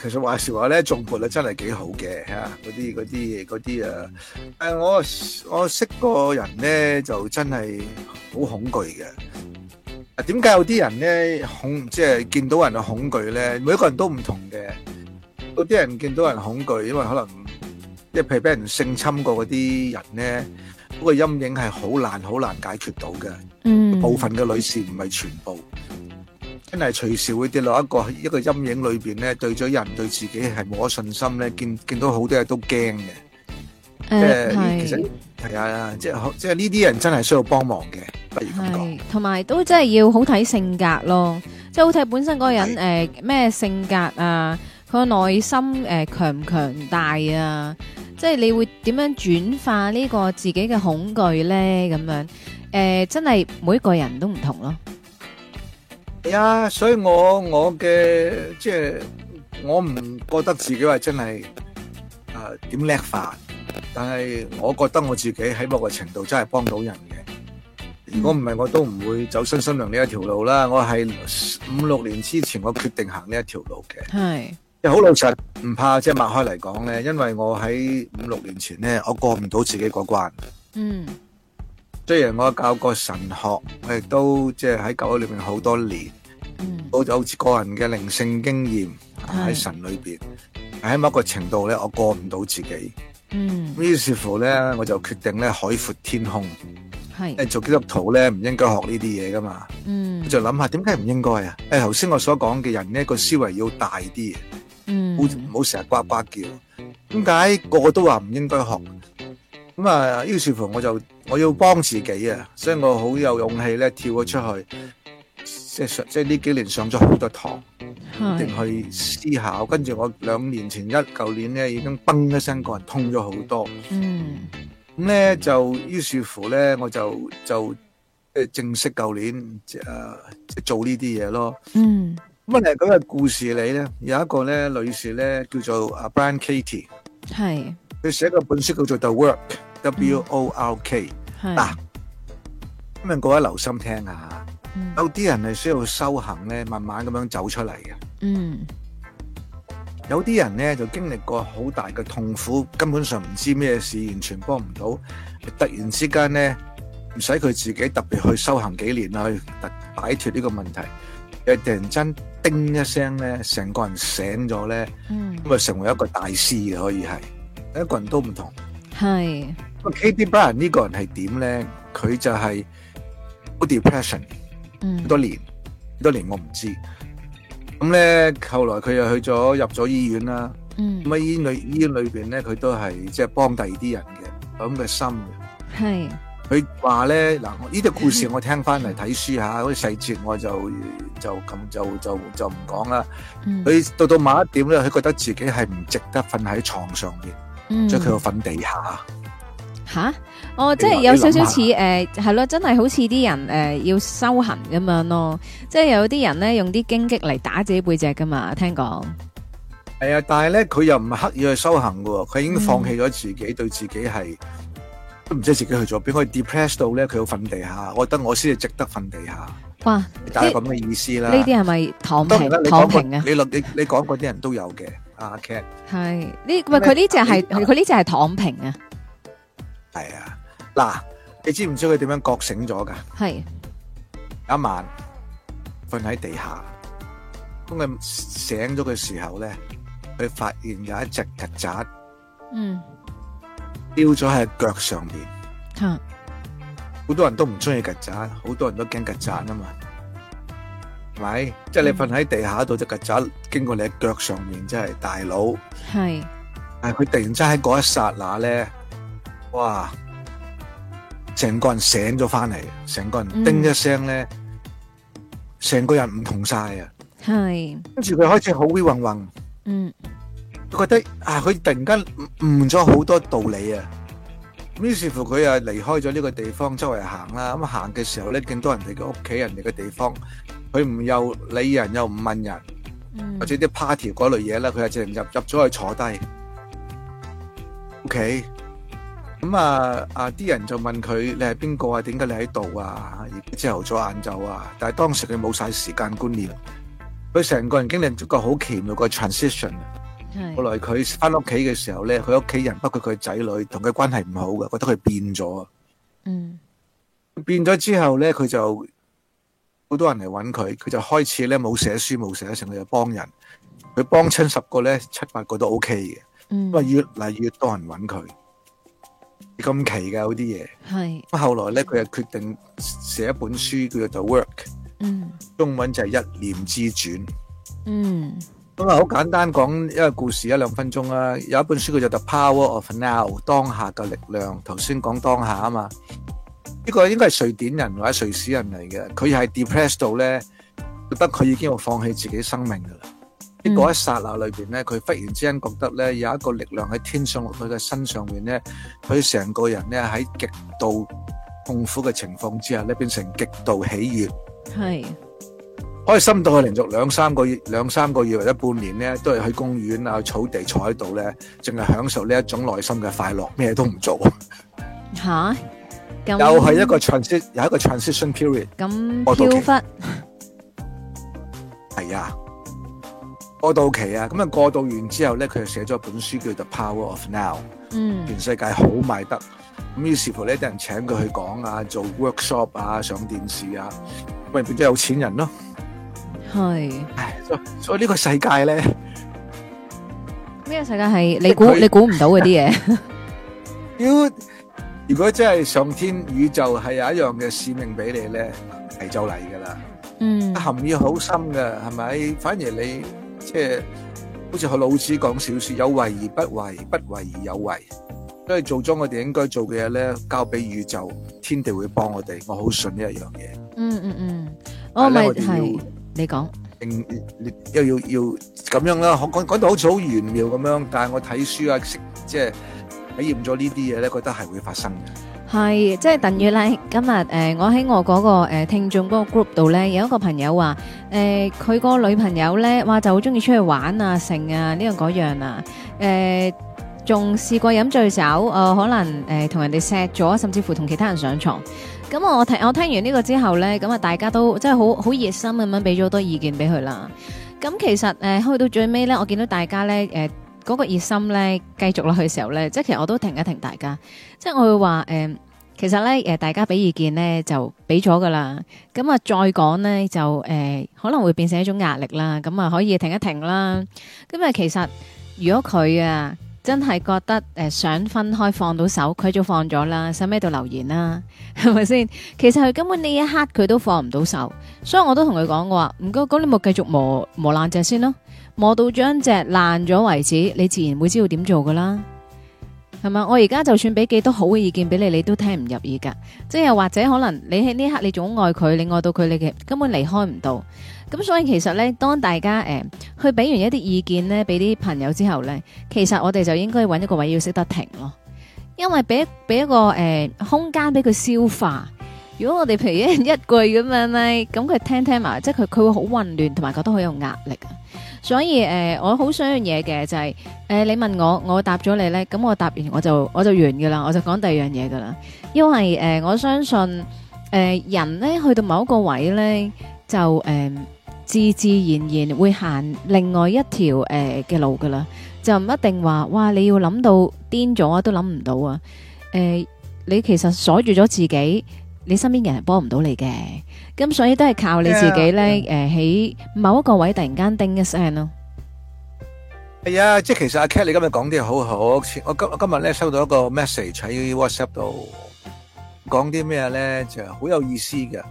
其實話時話咧，種撥咧真係幾好嘅吓，啊嗰啲嗰啲嗰啲啊，誒我我識個人咧就真係好恐懼嘅。啊點解有啲人咧恐即係見到人嘅恐懼咧？每一個人都唔同嘅，有啲人見到人恐懼，因為可能即係譬如俾人性侵過嗰啲人咧，嗰個陰影係好難好難解決到嘅。
嗯，
部分嘅女士唔係全部，真係隨時會跌落一個一個陰影裏邊咧，對咗人對自己係冇咗信心咧，見見到好多嘢都驚嘅。即
誒
係其
嗯係
實。係啊，即係即係呢啲人真係需要幫忙嘅，不如咁講。
系，同埋都真係要好睇性格咯，即係好睇本身嗰個人诶咩、性格啊，佢個內心诶强唔強大啊，即係你會點樣轉化呢個自己嘅恐懼咧？咁樣诶、誒真係每一個人都唔同咯。
係啊，所以我我嘅即係我唔覺得自己話真係啊點叻法，但係我覺得我自己喺某個程度真係幫到人嘅。如果唔係，我都唔會走新新娘呢一條路啦。我係五六年之前，我決定行呢一條路嘅。
係，
即係好老實，唔怕即係擘開嚟講咧，因為我喺五六年前咧，我過唔到自己嗰關。
嗯，
雖然我教過神學，我亦都即係喺教會裏面好多年。
嗯，
我就好似個人嘅靈性經驗
係
喺神裏邊，喺某一個程度咧，我過唔到自己。
嗯，
於是乎咧，我就決定咧海闊天空。
係，
誒做基督徒咧，唔應該學呢啲嘢噶嘛。
嗯，
就諗下點解唔應該啊？誒頭先我所講嘅人呢個思維要大啲，唔好唔
嗯，
好成日呱呱叫。點解個個都話唔應該學？咁啊，於是乎我就我要幫自己啊，所以我好有勇氣咧跳咗出去，即係上即係呢幾年上咗好多堂。定
係，
去思考，跟住我兩年前一舊年咧已經崩一聲個人痛咗好多，
嗯，
咁咧就於是乎咧我就就誒正式舊年誒、呃即係做呢啲嘢咯。
嗯，
咁啊，嗰個故事裏咧有一個咧女士咧叫做阿 Brian Katie，
係，
佢寫咗本書叫做 The Work，W O R K。
係
嗱，，咁啊各位留心聽下，
嗯
有啲人係需要修行咧，慢慢咁樣走出嚟嘅。
嗯，
有啲人咧就經歷過好大嘅痛苦，根本上唔知咩事，完全幫唔到。突然之間咧，唔使佢自己特別去修行幾年啦，去突擺脱呢個問題。誒突然間叮一聲咧，成個人醒咗咧，
嗯，
咁啊成為一個大師嘅可以係，一個人都唔同。
係，
咁 Katie Brown 呢個人係點咧？佢就係好 depression。好
嗯，
多年，好多年我唔知。咁咧，後來佢又去咗入咗醫院啦。
嗯，
咁喺啊醫院裏醫院裏邊咧，佢都係即係幫第二啲人嘅有咁嘅心嘅。
係。
佢話咧嗱，我呢啲故事我聽翻嚟睇書嚇，嗰啲細節我就就咁就就就唔講啦。
嗯
佢到到某一點咧，佢覺得自己係唔值得瞓喺床上面，
嗯
所以佢要瞓地下。
吓，哦，即係
你
有
諗
少少
下
似誒，係咯，真係好似啲人誒要修行咁樣咯，即係有啲人咧用啲荊棘嚟打自己背脊噶嘛，聽講，
係啊，但係咧佢又唔係刻意去修行嘅喎，佢已經放棄咗自己，對自己係都唔知自己去咗邊。佢 depress 到咧，佢要瞓地下，我覺得我先至值得瞓地下，
哇，
大概
呢
咁嘅意思啦。
呢啲係咪躺
當然啦，
平
你
躺
講過
平啊？
你你你講過啲人都有嘅，阿 Cat
係呢，喂佢呢只係
你
佢呢只係躺平啊，
係啊。嗱，你知唔知佢點樣覺醒咗㗎？
係
有一晚瞓喺地下，當佢醒咗嘅時候咧，佢發現有一隻曱甴
嗯
丟咗喺腳上邊。
嚇
好多人都唔中意曱甴，好多人都驚曱甴啊嘛。咪？即係你瞓喺地下度，只曱甴經過你嘅腳上面，真係大佬。
係
但係佢突然間喺嗰一剎那咧，哇！成個人醒咗翻嚟，成個人叮一聲咧，成、個人唔同晒啊！
係，
跟住佢開始好灰混混，
嗯
佢覺得啊，佢突然間悟咗好多道理啊！咁於是乎佢啊離開咗呢個地方，周圍行啦。咁行嘅時候咧，見到人哋嘅屋企、人哋嘅地方，佢唔又理人，又唔問人。
嗯
或者啲 party 嗰類嘢啦，佢係直情入入咗去坐低。OK，咁啊啊啲人就問佢：你係邊個啊？點解你喺度啊？而朝頭早晏晝啊！但係當時佢冇晒時間觀念，佢成個人經歷咗個好奇妙嘅 transition。後
係，
來佢翻屋企嘅時候咧，佢屋企人包括佢仔女同佢關係唔好嘅，覺得佢變咗。
嗯
變咗之後咧，佢就好多人嚟揾佢，佢就開始咧冇寫書冇寫成，佢就幫人。佢幫親十個咧，七八個都 OK 嘅，
嗯
因為越嚟越多人揾佢。咁奇㗎有啲嘢。
係，
咁後來咧，佢就決定寫一本書叫做《The Work》，
嗯
中文就係《一念之轉》。
嗯
咁啊，好簡單講一個故事一兩分鐘啦。有一本書叫做《The Power of Now》，當下嘅力量。頭先講當下啊嘛，呢、個應該係瑞典人或者瑞士人嚟嘅。佢係 depressed 到咧，覺得佢已經要放棄自己生命㗎啦。喺
嗯
嗰一剎那裏邊咧，佢忽然之間覺得咧有一個力量喺天上落佢嘅身上面咧，佢成個人咧喺極度痛苦嘅情況之下咧，變成極度喜悅。
係，
開心到係連續兩三個月、兩三個月或者半年咧，都係去公園啊、草地坐喺度咧，淨係享受呢一種內心嘅快樂，咩都唔做。
吓，咁
又係一個 transit，有一個 transition period。
咁
過渡期
飄忽，
係啊，過渡期啊，咁啊過渡完之後咧，佢就寫咗一本書叫《做《Power of Now》，
嗯
全世界好賣得。咁於是乎呢啲人請佢去講啊，做 workshop 啊，上電視啊，咪變咗有錢人咯。
係，呢
唉，所以所以呢個世界咧。
個世界係你估
佢
你估唔到嗰
[LAUGHS]
啲嘢，
屌，如果真係上天宇宙係有一樣嘅使命俾你咧，係就嚟噶啦，
嗯
含義好深嘅，係咪？反而你即係好似佢老子講小説，有為而不為，不為而有為。所以做咗我哋應該做嘅嘢咧，交俾宇宙，天地會幫我哋。我好信呢一樣嘢。
嗯嗯嗯，
但
哦
係咧
咪
啊我哋
係你講。
定你又要要咁樣啦，講講到好似好玄妙咁樣，但係我睇書啊，識即係體驗咗呢啲嘢咧，覺得係會發生嘅。
係，即係等於咧，今日誒、呃我喺我嗰、個誒、呃、聽眾嗰個 group 度咧，有一個朋友話誒，佢、個女朋友咧，哇就好中意出去玩啊、成啊呢樣嗰樣啊，誒、仲試過飲醉酒，誒、可能誒同、人哋錫咗，甚至乎同其他人上床。咁我聽我聽完呢個之後咧，咁啊大家都即係好好熱心咁樣俾咗好多意見俾佢啦。咁其實誒、呃、去到最尾咧，我見到大家咧誒嗰個熱心咧繼續落去嘅時候咧，即係其實我都停一停大家。即係我會話誒、呃其實咧誒、呃大家俾意見咧就俾咗噶啦，咁啊再講咧就誒、呃可能會變成一種壓力啦，咁啊可以停一停啦。咁啊其實如果佢啊真係覺得誒、呃想分開放到手，佢早放咗啦，使咩度留言 [LAUGHS] 啦，係咪先？其實佢根本呢一刻佢都放唔到手，所以我都同佢講我話唔該，咁你咪繼續磨磨爛隻先咯，磨到張隻爛咗為止，你自然會知道點做噶啦。係嘛？我而家就算俾幾多好嘅意見俾你，你都聽唔入耳噶。即係又或者可能你喺呢一刻你仲好愛佢，你愛到佢，你嘅根本離開唔到。咁所以其實呢，當大家誒、呃去俾完一啲意見呢，俾啲朋友之後呢，其實我哋就應該揾一個位要識得停咯，因為俾俾一個誒、呃空間俾佢消化。如果我哋譬如一 [LAUGHS] 人一句咁樣呢，咁佢聽聽埋，即係佢佢會好混亂，同埋覺得好有壓力啊。所以誒、呃我好想一樣嘢嘅就係、誒、你問我，我答咗你呢，咁我答完我就我就完噶啦，我就講第二樣嘢噶啦，因為誒、我相信誒、人呢去到某一個位呢，就誒、自自然然會行另外一條誒嘅路噶啦，就唔一定話哇你要諗到癲咗啊，都諗唔到啊，誒、你其實鎖住咗自己，你身邊嘅人係幫唔到你嘅，咁所以都係靠你自己呢，誒喺
Yeah.
某一個位突然間叮一聲咯，
係啊，即係其實阿 Cat 你今日講啲嘢好好，前我今我今日咧收到一個 message 喺 WhatsApp 度，講啲咩咧就好有意思嘅，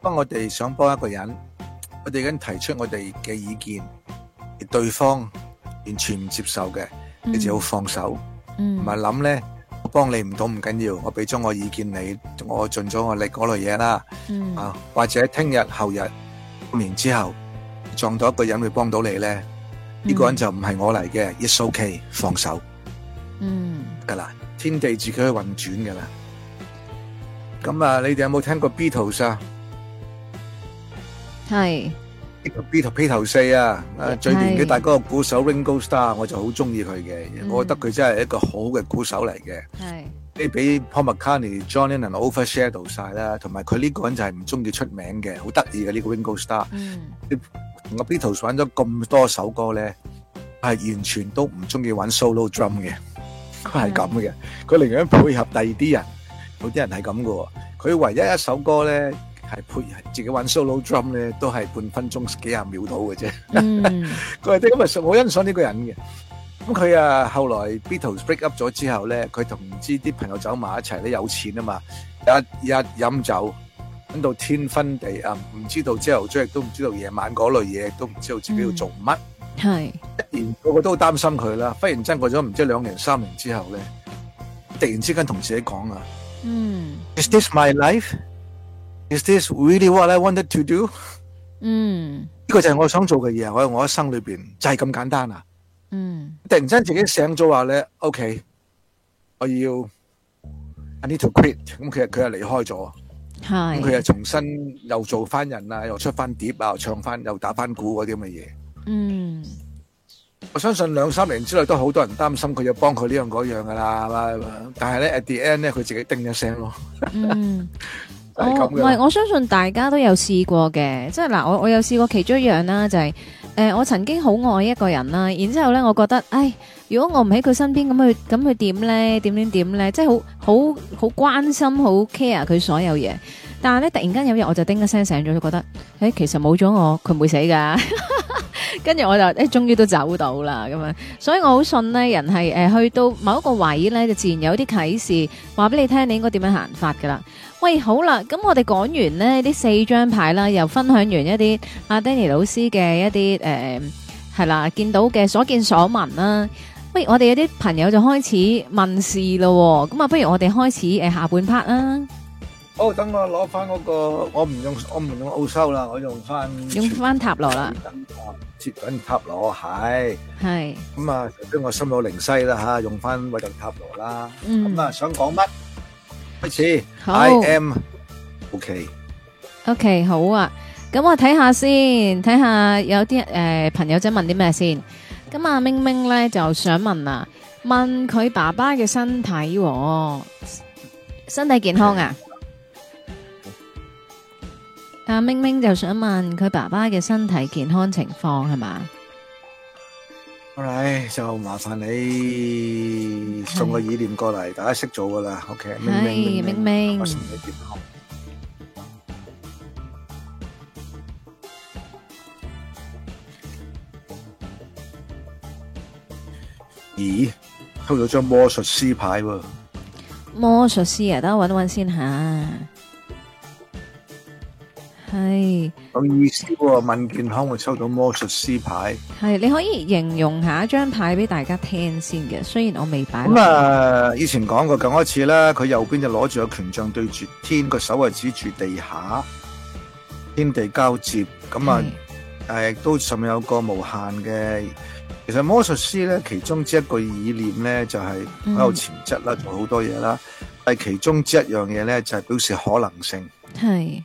幫我哋想幫一個人，我哋已經提出我哋嘅意見，而對方完全唔接受嘅，你就要放手，
嗯
唔係諗咧，我幫你唔到唔緊要，我俾咗我意見你，我盡咗我力嗰類嘢啦。
嗯
啊，或者聽日、後日、半年之後撞到一個人會幫到你咧，呢、個人就唔係我嚟嘅，it's okay，放手
嗯
得㗎啦，天地自己去運轉㗎啦。咁啊，你哋有冇聽過 Beatles 啊
係
？Beatles Beatles 四啊，啊最年紀
係
大嗰個鼓手 Ringo Starr，我就好中意佢嘅，
嗯
我覺得佢真係一個好嘅鼓手嚟嘅。
係
你俾 Paul McCartney、John Lennon overshadow 晒啦，同埋佢呢個人就係唔中意出名嘅，好得意嘅呢個 Ringo Starr。
嗯
我 Beatles 玩咗咁多首歌咧，係完全都唔中意玩 solo drum 嘅，佢係咁嘅，佢寧願配合第二啲人，有啲人係咁嘅喎。佢唯一一首歌咧係配合自己玩 solo drum 咧，都係半分鐘幾廿秒到嘅啫。
嗯
佢係啲咁啊，我好欣賞呢個人嘅。咁佢啊，後來 Beatles break up 咗之後咧，佢同唔知啲朋友走埋一齊咧，有錢啊嘛，日日飲酒，飲到天昏地暗，唔知道朝頭早亦都唔知道夜晚嗰類嘢，都唔知道自己要做乜。
係
然個個都好擔心佢啦。忽然間過咗唔知兩年三年之後咧，突然之間同自己講啊
嗯
：Is this my life? Is this really what I wanted to do？
嗯
呢個就係我想做嘅嘢，我我一生裏邊就係咁簡單啊！
嗯
突然間自己醒咗話咧，OK，我要 I need to quit，咁其實佢又離開咗，咁
係
佢又重新又做翻人啊，又出翻碟啊，又唱翻又打翻鼓嗰啲咁嘅嘢。
嗯
我相信兩三年之內都好多人擔心佢要幫佢呢樣嗰樣噶啦，係嘛但係咧 at the end 咧佢自己叮一聲咯，
嗯。
就係
我
咁
唔
嘅
係，
啦。
我相信大家都有試過嘅，即係嗱，我我有試過其中一樣啦，就係、呃我曾經好愛一個人啦，然之後咧，我覺得，唉，如果我唔喺佢身邊，咁佢咁佢點咧？點點點咧？即係好好好關心，好 care 佢所有嘢。但係咧，突然間有日我就叮一聲醒咗，就覺得，誒，其實冇咗我，佢唔會死㗎。 [LAUGHS] 跟住我就誒，終於都走到啦咁樣，所以我好信呢，人係誒、呃去到某一個位咧，就自然有啲啟示，話俾你聽，你應該點樣行法㗎啦。喂，好啦，咁我哋講完呢呢四張牌啦，又分享完一啲阿 Danny 老師嘅一啲誒係啦，見到嘅所見所聞啦。喂，我哋有啲朋友就開始問事咯喎，咁啊，不如我哋開始誒下半 part 啦，
好，等我攞翻嗰個，我唔用我唔用澳洲啦，我用翻
用翻塔羅啦，
接緊塔羅係。
係，
咁啊，跟我心有靈犀啦吓，用翻維特塔羅啦。
嗯
咁，啊，想講乜？開始
好
，I am OK。
，OK，好啊，咁我睇下先，睇下有啲誒、呃朋友仔問啲咩先，咁啊，明明咧就想問啊，問佢爸爸嘅身體、喎，身體健康啊？阿明明啊就想問佢爸爸嘅身體健康情況係嘛？
好嚟就麻煩你送個意念過嚟，大家識做噶啦。OK，明明
明明
我送你健康。咦，抽到張魔術師牌喎，
魔術師啊，等我揾揾先吓。係
有意思喎！問健康會抽到魔術師牌。
係，你可以形容下張牌俾大家聽先嘅。雖然我未擺落
咁啊，以前講過咁多次啦，佢右邊就攞住個權杖對住天，個手係啊指住地下，天地交接。咁
嗯
啊，誒都上面有個無限嘅。其實魔術師咧，其中之一個意念咧，就係
嗯
好有潛質啦，做好多嘢啦。但係其中之一樣嘢咧，就係表示可能性，
係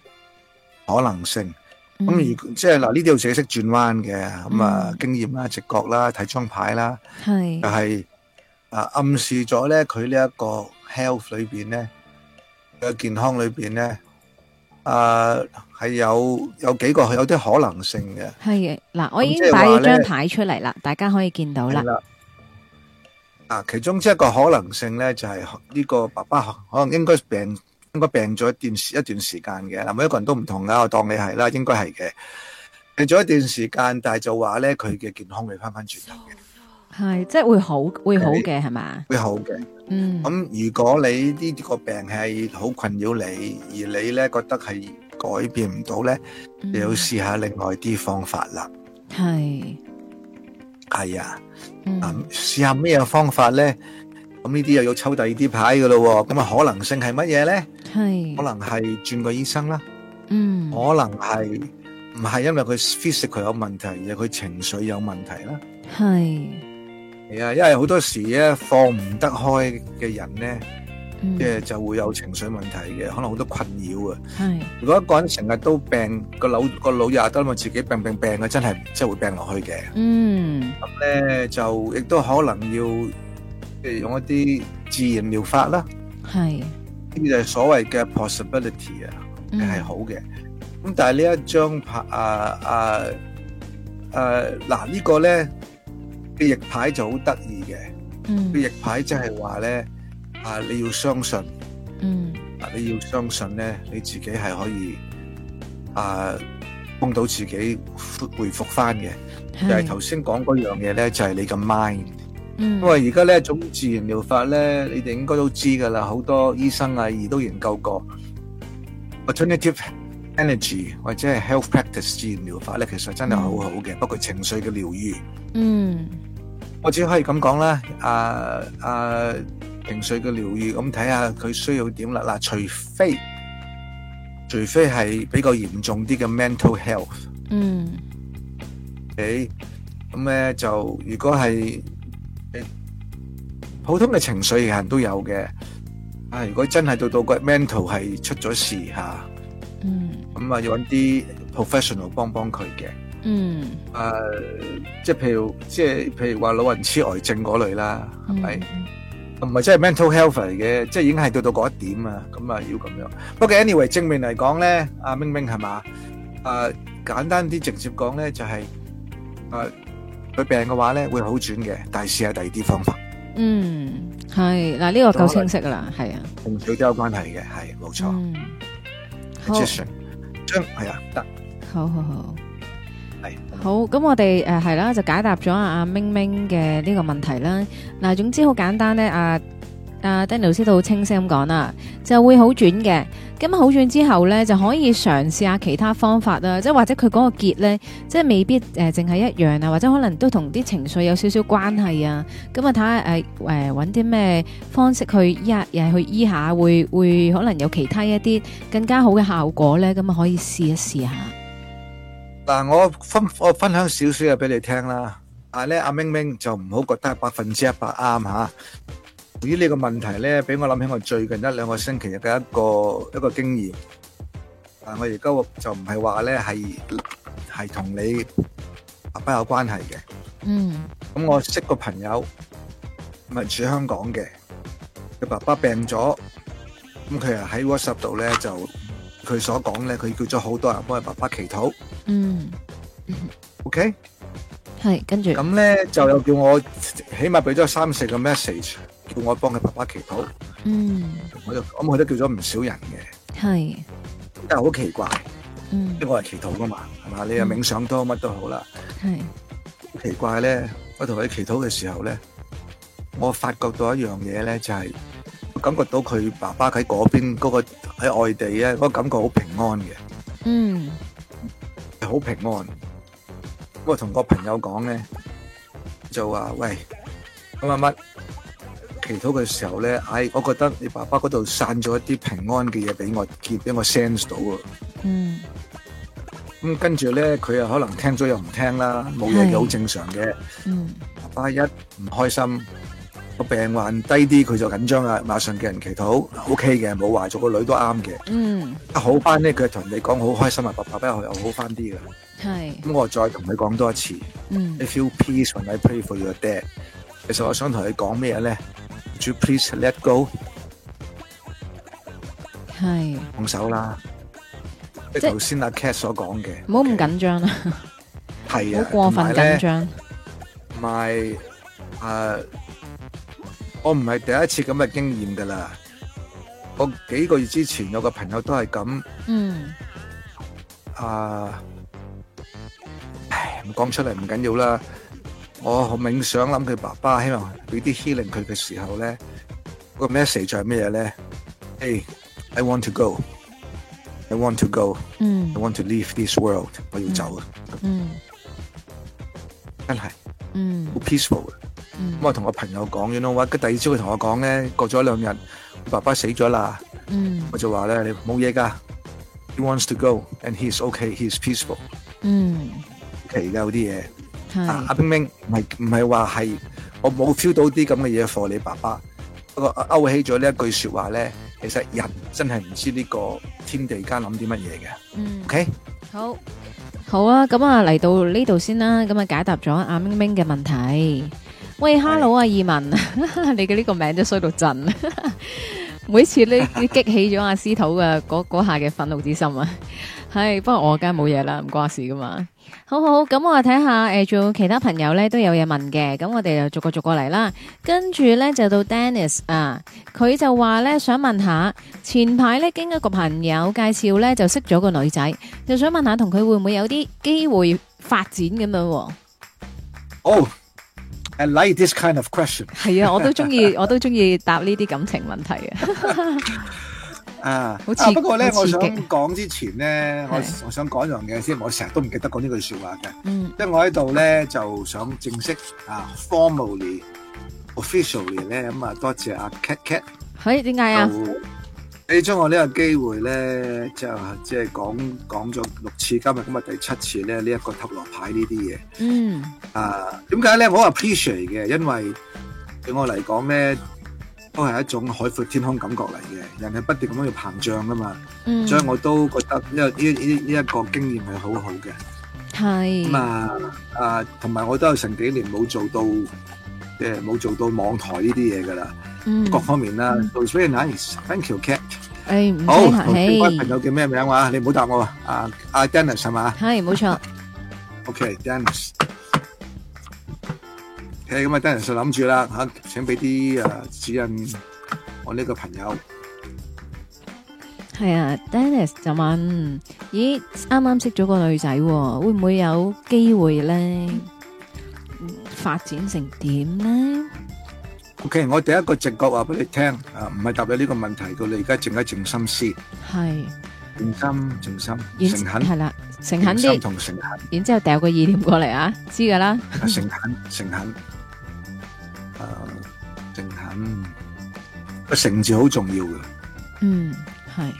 可能性。
嗯
咁如即係嗱，呢啲要自己識轉彎嘅。咁啊
嗯，
經驗啦、直覺啦、睇張牌啦。
係
就係啊暗示咗咧佢呢一個 health 裏邊咧嘅健康裏邊咧，啊係有有幾個有啲可能性嘅，
係嗱，我已
咁即
經
係話
擺咗張
咧
牌出嚟啦，大家可以見到啦
係。啦。啊，其中之一個可能性咧，就係呢個爸爸可能應該病，應該病咗一段時一段時間嘅。嗱，每一個人都唔同噶，我當你係啦，應該係嘅。病咗一段時間，但係就話咧佢嘅健康會翻翻轉頭嘅，
係即係會好會好
係
嘅係嘛？
會好嘅。
嗯
咁如果你呢個病係好困擾你，而你咧覺得係改變唔到咧，
嗯
你要試下另外啲方法啦。
系，
係啊，
嗯
嗱，試下咩方法咧？咁呢啲又要抽第二啲牌噶咯喎，咁啊可能性係乜嘢咧？
系
可，能係轉個醫生啦，
嗯
可，能係唔係因為佢 physical 有問題，而係佢情緒有問題啦。
系，
係啊，因為好多時咧放唔得開嘅人咧，
嗯
即，係就會有情緒問題嘅，可能好多困擾啊。
系，
如果一個人成日都病，個腦個腦又得咪自己病病病嘅，真係真係會病落去嘅。
嗯，
咁咧就亦都可能要即係用一啲自然療法啦，
系，
呢啲就係所謂嘅 possibility 啊，
嗯
係，好嘅。咁但係呢一張牌啊啊誒嗱呢個咧嘅逆牌就好得意嘅。
嗯，
嘅逆牌即係話咧，啊你要相信，
嗯，
啊你要相信咧，你自己係可以啊幫到自己回復翻嘅。就係頭先講嗰樣嘢咧，就係、你嘅 mind。
嗯，
因為而家呢一種自然療法咧，你哋應該都知㗎啦，好多醫生啊、亦都研究過 alternative energy 或者係 health practice 自然療法咧，其實真係好好嘅，包括情緒嘅療愈。
嗯，
我只可以咁講啦，啊啊情緒嘅療愈，咁睇下佢需要點啦。嗱，除非除非係比較嚴重啲嘅 mental health，
嗯，
你咁咧就如果係誒普通嘅情緒嘅人都有嘅，啊如果真係到到個 mental 係出咗事嚇，
嗯，
咁啊要揾啲 professional 幫幫佢嘅。
嗯，
誒、即係譬如，即係譬如話老人痴呆症嗰類啦，係咪？唔係真係 mental health 嚟嘅，即係已經係到到嗰一點啊，咁啊要咁樣。不過 anyway 正面嚟講咧，阿明明係嘛？啊簡單啲直接講咧就係、啊佢病嘅話咧會好轉嘅，但係試下第二啲方法，
嗯？嗯，系，嗱，呢個夠清晰㗎啦，係啊，
同佢都有關係嘅，係冇錯。
嗯，好
Magician 將係啊得
好好好。
係
好，咁我哋誒係啦，就解答咗阿啊阿明明嘅呢個問題啦。嗱，總之好簡單啊咧，阿阿 Danny 老師都好清晰咁講啦，就會好轉嘅。咁好轉之後咧，就可以嘗試下其他方法啦，即係或者佢嗰個結咧，即係未必誒淨係一樣啊，或者可能都同啲情緒有少少關係啊。咁啊，睇下誒誒揾啲咩方式去醫下，誒去醫下，會會可能有其他一啲更加好嘅效果咧，咁啊可以試一試下。
嗱，我分我分享少少嘢俾你聽啦。但係咧，阿明明就唔好覺得係百分之一百啱嚇。至於呢個問題咧，俾我諗起我最近一兩個星期嘅一個一個經驗。但我而家就唔係話咧係係同你爸爸有關係嘅。
嗯
咁我識個朋友，唔係住香港嘅，佢爸爸病咗，咁佢啊喺 WhatsApp 度咧就佢所講咧，佢叫咗好多人幫佢爸爸祈禱。
嗯，
OK。
系跟住
[LAUGHS] 咁咧就又叫我起碼俾咗三四個 message，叫我幫佢爸爸祈禱。
嗯
我就咁佢都叫咗唔少人嘅，
系
但係好奇怪，
嗯
因為我係祈禱噶嘛，係嘛？你又
嗯
冥想多乜都好啦。
系
好奇怪咧，我同佢祈禱嘅時候咧，我發覺到一樣嘢咧，就係、感覺到佢爸爸喺嗰邊嗰、個喺外地咧，嗰、個感覺好平安嘅。
嗯
係好平安。我同個朋友講咧，就話喂乜乜乜，祈禱嘅時候咧，唉、我覺得你爸爸嗰度散咗一啲平安嘅嘢俾我見，俾我 sense 到啊。
嗯
咁跟住咧，佢又可能聽咗又唔聽啦，冇嘢
係
嘅好正常嘅。
嗯
爸爸一唔開心，個病患低啲，佢就緊張啦，馬上叫人祈禱，OK 嘅，冇壞咗個女都啱嘅。啊
嗯
好翻咧，佢同你講好開心啊，爸爸又又好翻啲嘅。
系
咁我再同佢講多一次。
嗯
I feel peace when I pray for your dad。其實我想同佢講咩咧？Would you please let go，
系，
放手啦。即
即
係頭先阿 Cat 所講嘅，
唔好咁緊張啦，
係
唔
啊，
好過分緊張。
同埋咧。同埋誒，我唔係第一次咁嘅經驗㗎啦。我幾個月之前有個朋友都係咁
嗯
啊，唉，唔講出嚟唔緊要啦。我冥想諗佢爸爸，希望俾啲 healing 佢嘅時候咧，個 message 係咩嘢咧？Hey，I want to go。 I want to go,
嗯
I want to leave this world，我要走啊，
嗯
真係好
嗯
peaceful 嘅。
嗯
咁我同我朋友講，you know what？跟第二朝佢同我講咧，過咗兩日，佢爸爸死咗啦，
嗯
我就話咧，你冇嘢㗎。He wants to go and he's okay, he's peaceful。à,
嗯，
奇㗎有啲嘢。啊，
係
阿冰冰唔係唔係話係我冇 feel 到啲咁嘅嘢 for 你爸爸，不過呃勾起咗呢一句说話咧，其實人真係唔知呢個天地間諗啲乜嘢嘅
嗯。
，OK？
好，好啊，咁啊嚟到呢度先啦，咁啊解答咗阿明明嘅問題。喂，hello 啊，意文， [LAUGHS] 你嘅呢個名真係衰到震， [LAUGHS] 每次呢激起咗阿司徒嘅嗰嗰下嘅憤怒之心啊！係，不過我梗係冇嘢啦，唔關我事噶嘛。好好，咁我睇下誒，仲、有其他朋友咧都有嘢問嘅，咁我哋就逐個逐個嚟啦。跟住咧就到 Dennis 啊，佢就話咧想問下，前排咧經一個朋友介紹咧就識咗個女仔。就想問下同佢會唔會有啲機會發展咁樣喎？
Oh, I like this kind of question.
係啊，我都中 [LAUGHS] 意，我都中意答呢啲感情問題啊。
啊，
好刺
啊不過咧，
好
我
刺激
想講之前咧，我
係
我想講一樣嘢先，我成日都唔記得講呢句说話嘅，
嗯
因為我喺度咧就想正式啊 formally officially 咧咁啊，多謝阿 Cat Cat。
係點
Ờ,
解啊？
你將我呢個機會咧，就即係講講咗六次，今日今日第七次咧，呢、一個塔羅牌呢啲嘢
嗯
啊，點解咧？我 appreciate 嘅，因為對我嚟講咧，都係一種海闊天空感覺嚟嘅。人係不斷咁樣要膨脹噶嘛，
嗯，
所以我都覺得呢個呢呢呢一個經驗係好好嘅。咁
係
啊啊，同埋我都有成幾年冇做到，即係冇做到網台呢啲嘢噶啦，
嗯，
各方面啦。So it's very nice. Thank you, Cat.
誒唔
好，
使客
同嗰位朋
氣，
友叫咩名話？你唔好答我啊！啊阿 Dennis 係嘛
係冇錯，
？OK，Dennis。OK，咁啊，Dennis 就諗住啦嚇，請俾啲誒指引我呢個朋友。
係啊。Dennis 就問：咦，啱啱識咗個女仔喎，會唔會有機會咧？嗯發展成點咧？
OK，我第一個直覺話俾你聽啊，唔係答你呢個問題嘅，你而家靜一靜心思，
係，
靜心、靜心、
然
誠懇、
係啦，誠
誠
懇
心
啲，
同誠懇、啊
然之後掉個意念過嚟啊，知㗎啦。
誠懇、誠懇，Ờ, 誒誠懇個誠字好重要嘅。
嗯，係。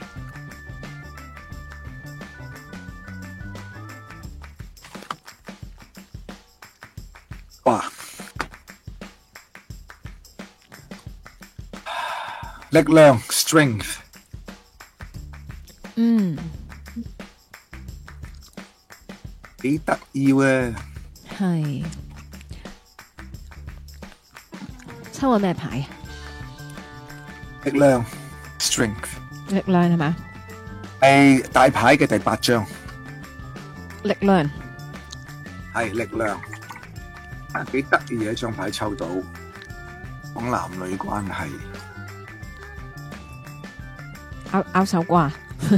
哇！力量 （strength）
嗯，
幾得意喎！
系抽個咩牌啊？
力量 （strength）
力量係嘛？
係大牌嘅第八張，
力量
係力量啊！幾得意嘅一張牌抽到，講男女關係，
拗拗手瓜， [LAUGHS]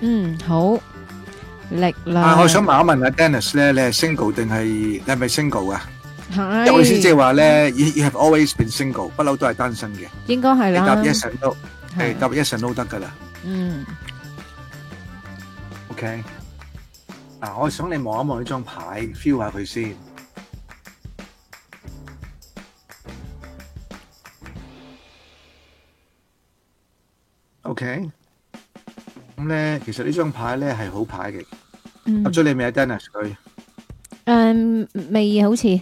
嗯，好力量。
啊！我想問一問阿 Dennis 咧，你係 single 定係你係咪 single à? 啊？
係
即係我意思即係話咧，you you have always been single，不嬲都係單身嘅。
應該係
你
啦
答。yes and no，
係
誒答 yes and no 得㗎啦。
嗯
OK，嗱，我想你望一望呢張牌，feel 下佢先。OK，咁咧，其實呢張牌咧係好牌嘅。
嗯
答咗你未啊，Dennis 佢？
誒未好似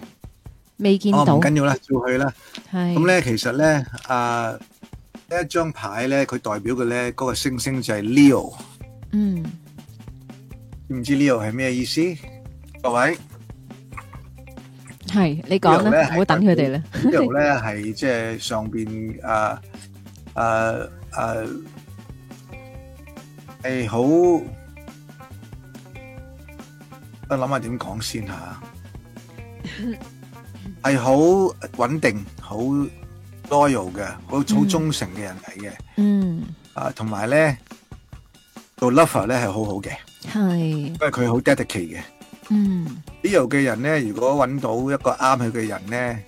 未見
哦，
到
唔，緊要啦，照佢啦。
係
咁咧，其實咧，啊，呢一張牌咧，佢代表嘅咧嗰個星星就係 Leo。
嗯
知唔知 Leo 係咩意思？各位？
係你講
呢度咧
啦，唔好
係
等佢哋啦。
呢度咧係即係上邊誒誒誒係好，我諗下點講先嚇，係好穩定、好 loyal 嘅、好好忠誠嘅人嚟嘅，
嗯。
啊同埋咧做 lover 咧係好好嘅，
系
因，為佢好 dedicate 嘅。
嗯
呢度嘅人咧，如果揾到一個啱佢嘅人咧，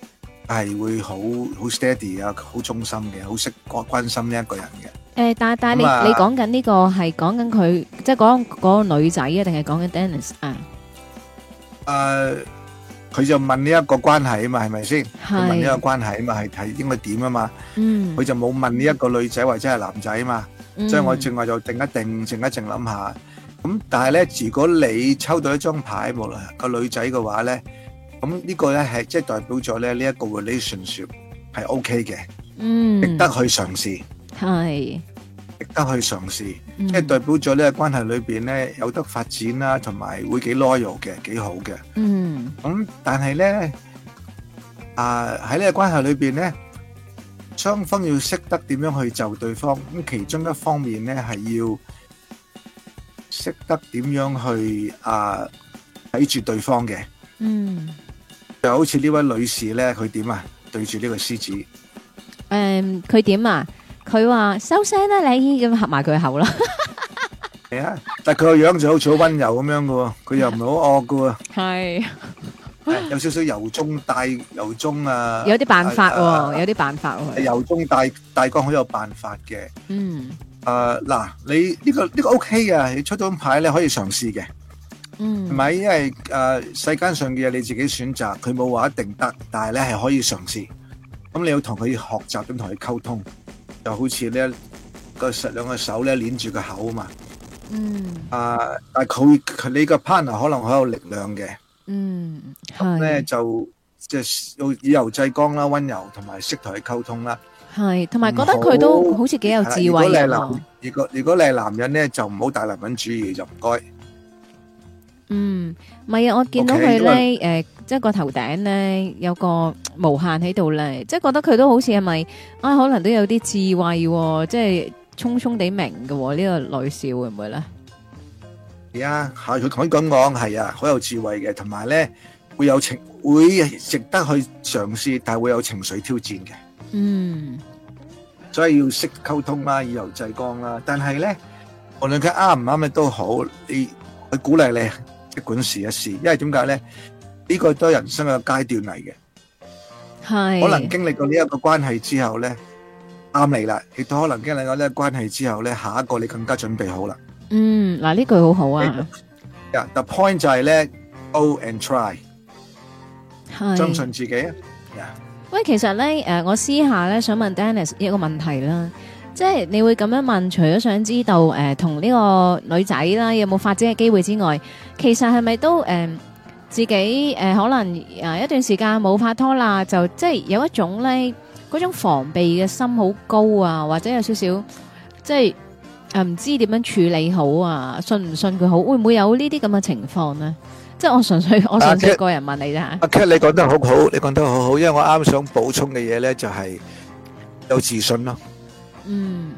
係會好好 steady 啊，好忠心嘅，好識關關心呢一個人嘅。
诶、但但系你
咁啊
你讲紧呢个系讲紧佢，即系講嗰个女仔啊，定系讲紧 Dennis 啊？
誒、佢就問呢一個關係啊嘛，係咪先？佢問呢
係
個關係啊嘛，係睇應該點啊嘛。
嗯
佢，就冇問呢一個女仔或者係男仔啊嘛。
嗯
所以我正話就定一定，靜一靜諗下。咁但係咧，如果你抽到一張牌，無論係個女仔嘅話咧，咁呢個咧係即係代表咗咧呢一個 relationship 係 OK 嘅，
嗯
值得去嘗試，
系，
值得去嘗試。
即
即係代表咗呢個關係裏邊咧有得發展啦，同埋會幾 loyal 嘅，幾好嘅。
嗯
咁但係咧，啊喺呢個關係裏邊咧，雙方要識得點樣去就對方。咁其中一方面咧係要識得點樣去啊睇住對方嘅，
嗯。
就好似呢位女士咧，佢點啊對住呢個獅子，
诶，佢點啊？佢話收聲啦，你咁合埋佢口 [LAUGHS] 啦，
係啊，但係佢個樣就好似好温柔咁樣嘅喎，佢又唔係好惡嘅
系
喎，哎有少少由中帶由中啊，
有啲辦法
啊
喎，有啲辦法喎，
由中帶帶光好有辦法嘅。
嗯
誒嗱，你呢、個呢、個 OK 嘅，你出到牌咧可以嘗試嘅，係
嗯
咪？因為誒、呃世間上嘅嘢你自己選擇，佢冇話一定得，但係咧係可以嘗試。咁你要同佢學習，點同佢溝通，就好似咧個實兩個手咧捏住個口啊嘛。
嗯
啊、但係佢佢你個 partner 可能好有力量嘅，
嗯，
咧
係
就即係要以柔制剛啦，温柔同埋識同佢溝通啦。
係，同埋覺得佢都
唔好
好似幾有智慧啊
如果你係
喎
男，，如果如果你係男人咧，就唔好大男人主義，就唔該。
嗯，唔係啊，我見到
OK，
佢
因
咧，诶，即係個頭頂咧有個無限喺度咧，即係覺得佢都好似係咪啊？可能都有啲智慧喎，即係聰聰地明嘅喎，呢個女士會唔會咧？
係啊，係佢咁咁講係啊，好有智慧嘅，同埋咧會有情會值得去嘗試，但係會有情緒挑戰嘅，
嗯
所以要識溝通啦，以柔制剛啦。但係咧，無論佢啱唔啱嘅都好，你佢鼓勵你即管試一試，因為點解咧？呢個都係人生嘅階段嚟嘅，
係
可能經歷過呢一個關係之後咧，啱你啦，亦都可能經歷過呢個關係之後咧，下一個你更加準備好啦。
嗯，嗱呢句好好啊，
Yeah, The point 就係咧，go and try，
係
相信自己啊。Yeah.
喂，其實咧，诶、我私下咧想問 Dennis 一個問題啦，即係你會咁樣問，除咗想知道诶同呢個女仔啦有冇發展嘅機會之外，其實係咪都诶、誒自己诶、誒可能诶一段時間冇拍拖啦，就即係有一種咧嗰種防備嘅心好高啊，或者有少少即係誒唔知點樣處理好啊，信唔信佢好，會唔會有呢啲咁嘅情況呢？即係我純粹我純
啊
粹
即
個人問你啫吓，
阿 Cat，你講得好好，你講得好好，因為我啱想補充嘅嘢咧就係有自信咯，
嗯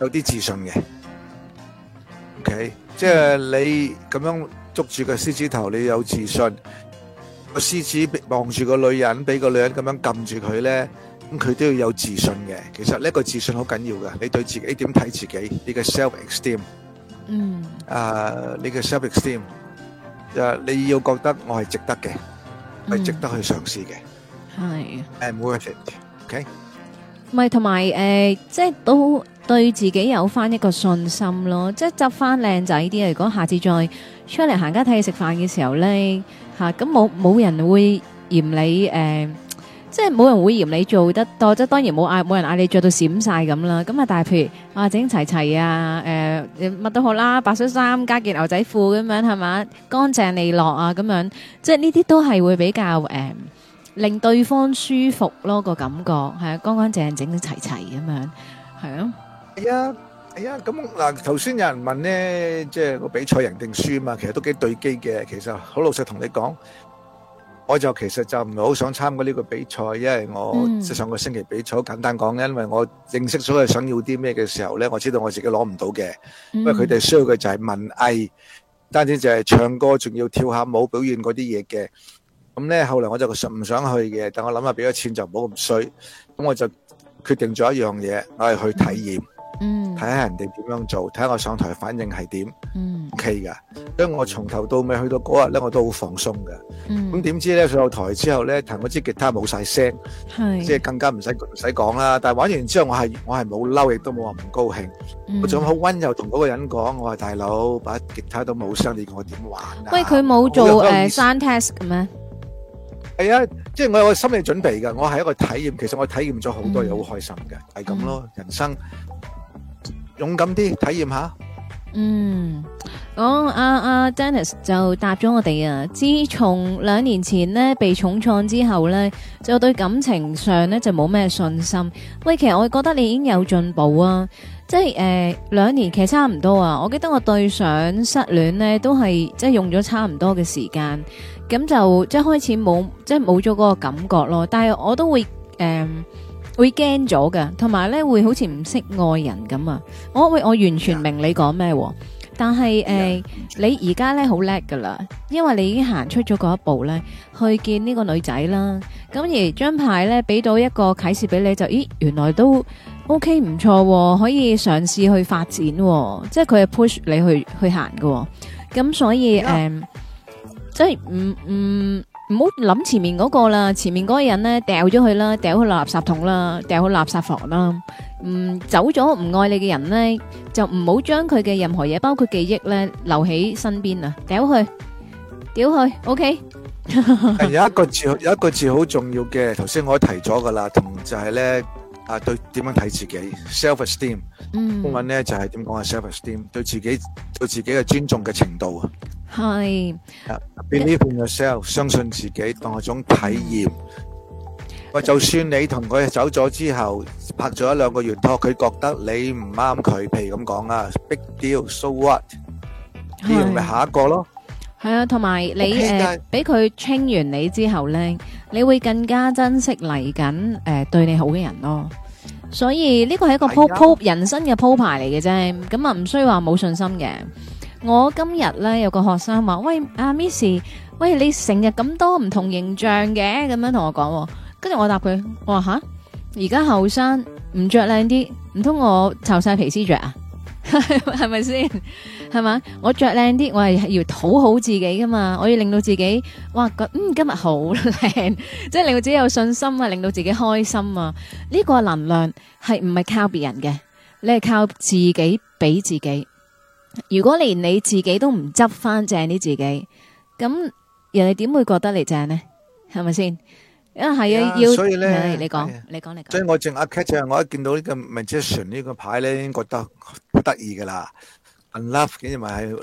有啲自信嘅。OK，即係你咁樣捉住個獅子頭，你有自信。個獅子望住個女人，俾個女人咁樣撳住佢咧，咁佢都要有自信嘅。其實呢個自信好緊要嘅，你對自己點睇自己，你嘅 self esteem。
嗯
啊，你嘅 self esteem，誒，你要覺得我係值得嘅，係值得去嘗試嘅
係。
，and worth it。
咪同埋誒，即係都對自己有翻一個信心咯，即係執翻靚仔啲。如果下次再出嚟行街睇嘢食飯嘅時候咧，嚇咁冇冇人會嫌你誒、即係冇人會嫌你做得多，即係當然冇嗌冇人嗌你着到閃晒咁啦。咁啊，但係譬如啊整齊齊啊，誒乜都好啦，白恤衫加件牛仔褲咁樣係嘛，乾淨利落啊咁樣，即係呢啲都係會比較誒。令對方舒服咯個感覺，係啊，乾乾淨淨齊齊咁樣，係咯，
係啊，係啊，咁嗱，頭先有人問咧，即係個比賽贏定輸嘛，其實都幾對機嘅。其實好老實同你講，我就其實就唔係好想參加呢個比賽，因為我
嗯
即係上個星期比賽，好簡單講咧，因為我認識咗佢想要啲咩嘅時候咧，我知道我自己攞唔到嘅。
因
因為佢哋需要嘅就係文藝，單止就係唱歌，仲要跳下舞表現嗰啲嘢嘅。咁咧，後嚟我就唔想去嘅，但我諗下俾咗錢就唔好咁衰，咁我就決定咗一樣嘢，我係去體驗，
嗯
睇下人哋點樣做，睇下我上台反應係點。
嗯
K 嘅，所以我從頭到尾去到嗰日咧，我都好放鬆嘅。咁
嗯，
點知咧上到台之後咧，彈嗰支吉他冇晒聲，
系
即係更加唔使唔使講啦。但係玩完之後，我係我係冇嬲，亦都冇話唔高興。
嗯
我仲好温柔同嗰個人講，我話大佬把吉他都冇聲，你叫我點玩啊？
喂，佢冇
好有
做
意
诶
思
sound test 嘅咩？
係啊，即係我有個心理準備㗎。我係一個體驗，其實我體驗咗好多嘢，好開心嘅，係咁咯。人生勇敢啲，體驗下。
嗯，哦，阿阿 Dennis 就答咗我哋啊。自從兩年前呢被重創之後呢，就對感情上呢就冇咩信心。喂，其實我覺得你已經有進步啊，即係诶兩年其實差唔多啊。我記得我對上失戀呢都係即係用咗差唔多嘅時間，咁就即係開始冇即係冇咗嗰個感覺咯。但係我都會诶、嗯會驚咗噶，同埋呢會好似唔識愛人咁啊。我喂，我完全明你講咩喎，但係诶、呃你而家咧好叻噶啦，因為你已經行出咗嗰一步咧，去見呢個女仔啦。咁而張牌咧俾到一個啟示俾你，就咦，原來都 OK 唔錯喎，可以嘗試去發展喎，即係佢係 push 你去去行嘅喎。咁所以诶、呃即係唔唔。唔好諗前面嗰個啦，前面嗰個人咧掉咗佢啦，掉去垃圾桶啦，掉去垃圾房啦。唔走咗唔愛你嘅人呢，就唔好將佢嘅任何嘢，包括記憶呢，留喺身邊啊！屌佢，屌佢，OK，
係有一個字，有一個字好重要嘅。頭先我都提咗㗎啦，同就係咧啊，對點樣睇自己，self esteem。
嗯，
中文咧就係點講啊，self esteem 對自己對自己嘅尊重嘅程度啊。
係
Believe in yourself，相信自己當係種體驗。喂，就算你同佢走咗之後，拍咗一兩個月拖，佢覺得你唔啱佢，譬如咁講啊，big deal，so what？呢樣咪
係
下一個咯。
係啊，同埋你
OK，
誒
但係
俾佢 train 完你之後呢，你會更加珍惜嚟緊誒對你好嘅人咯。所以呢個係一個鋪
係啊
鋪人生嘅鋪排嚟嘅啫，咁啊唔需要話冇信心嘅。我今日咧有個學生話：，喂，阿、Miss，喂，你成日咁多唔同形象嘅，咁樣同我講喎。跟住我答佢，我話吓，而家後生唔着靚啲，唔通我臭晒皮絲着啊？ [LAUGHS] 係咪先？係嘛？我着靚啲，我係要討好自己噶嘛，我要令到自己，哇，覺嗯今日好靚，即係令到自己有信心啊，令到自己開心啊。呢、個能量係唔係靠別人嘅？你係靠自己俾自己。如果連你自己都唔執翻正啲自己，咁人哋點會覺得你正呢？係咪先？啊，係啊，
啊
要
所以呢
係你講
係啊，
你講，你
所
講，
以我淨阿 Cat 就係我一見到呢個 magician 呢個牌咧，已經覺得好得意噶啦。Unlove 竟然咪係係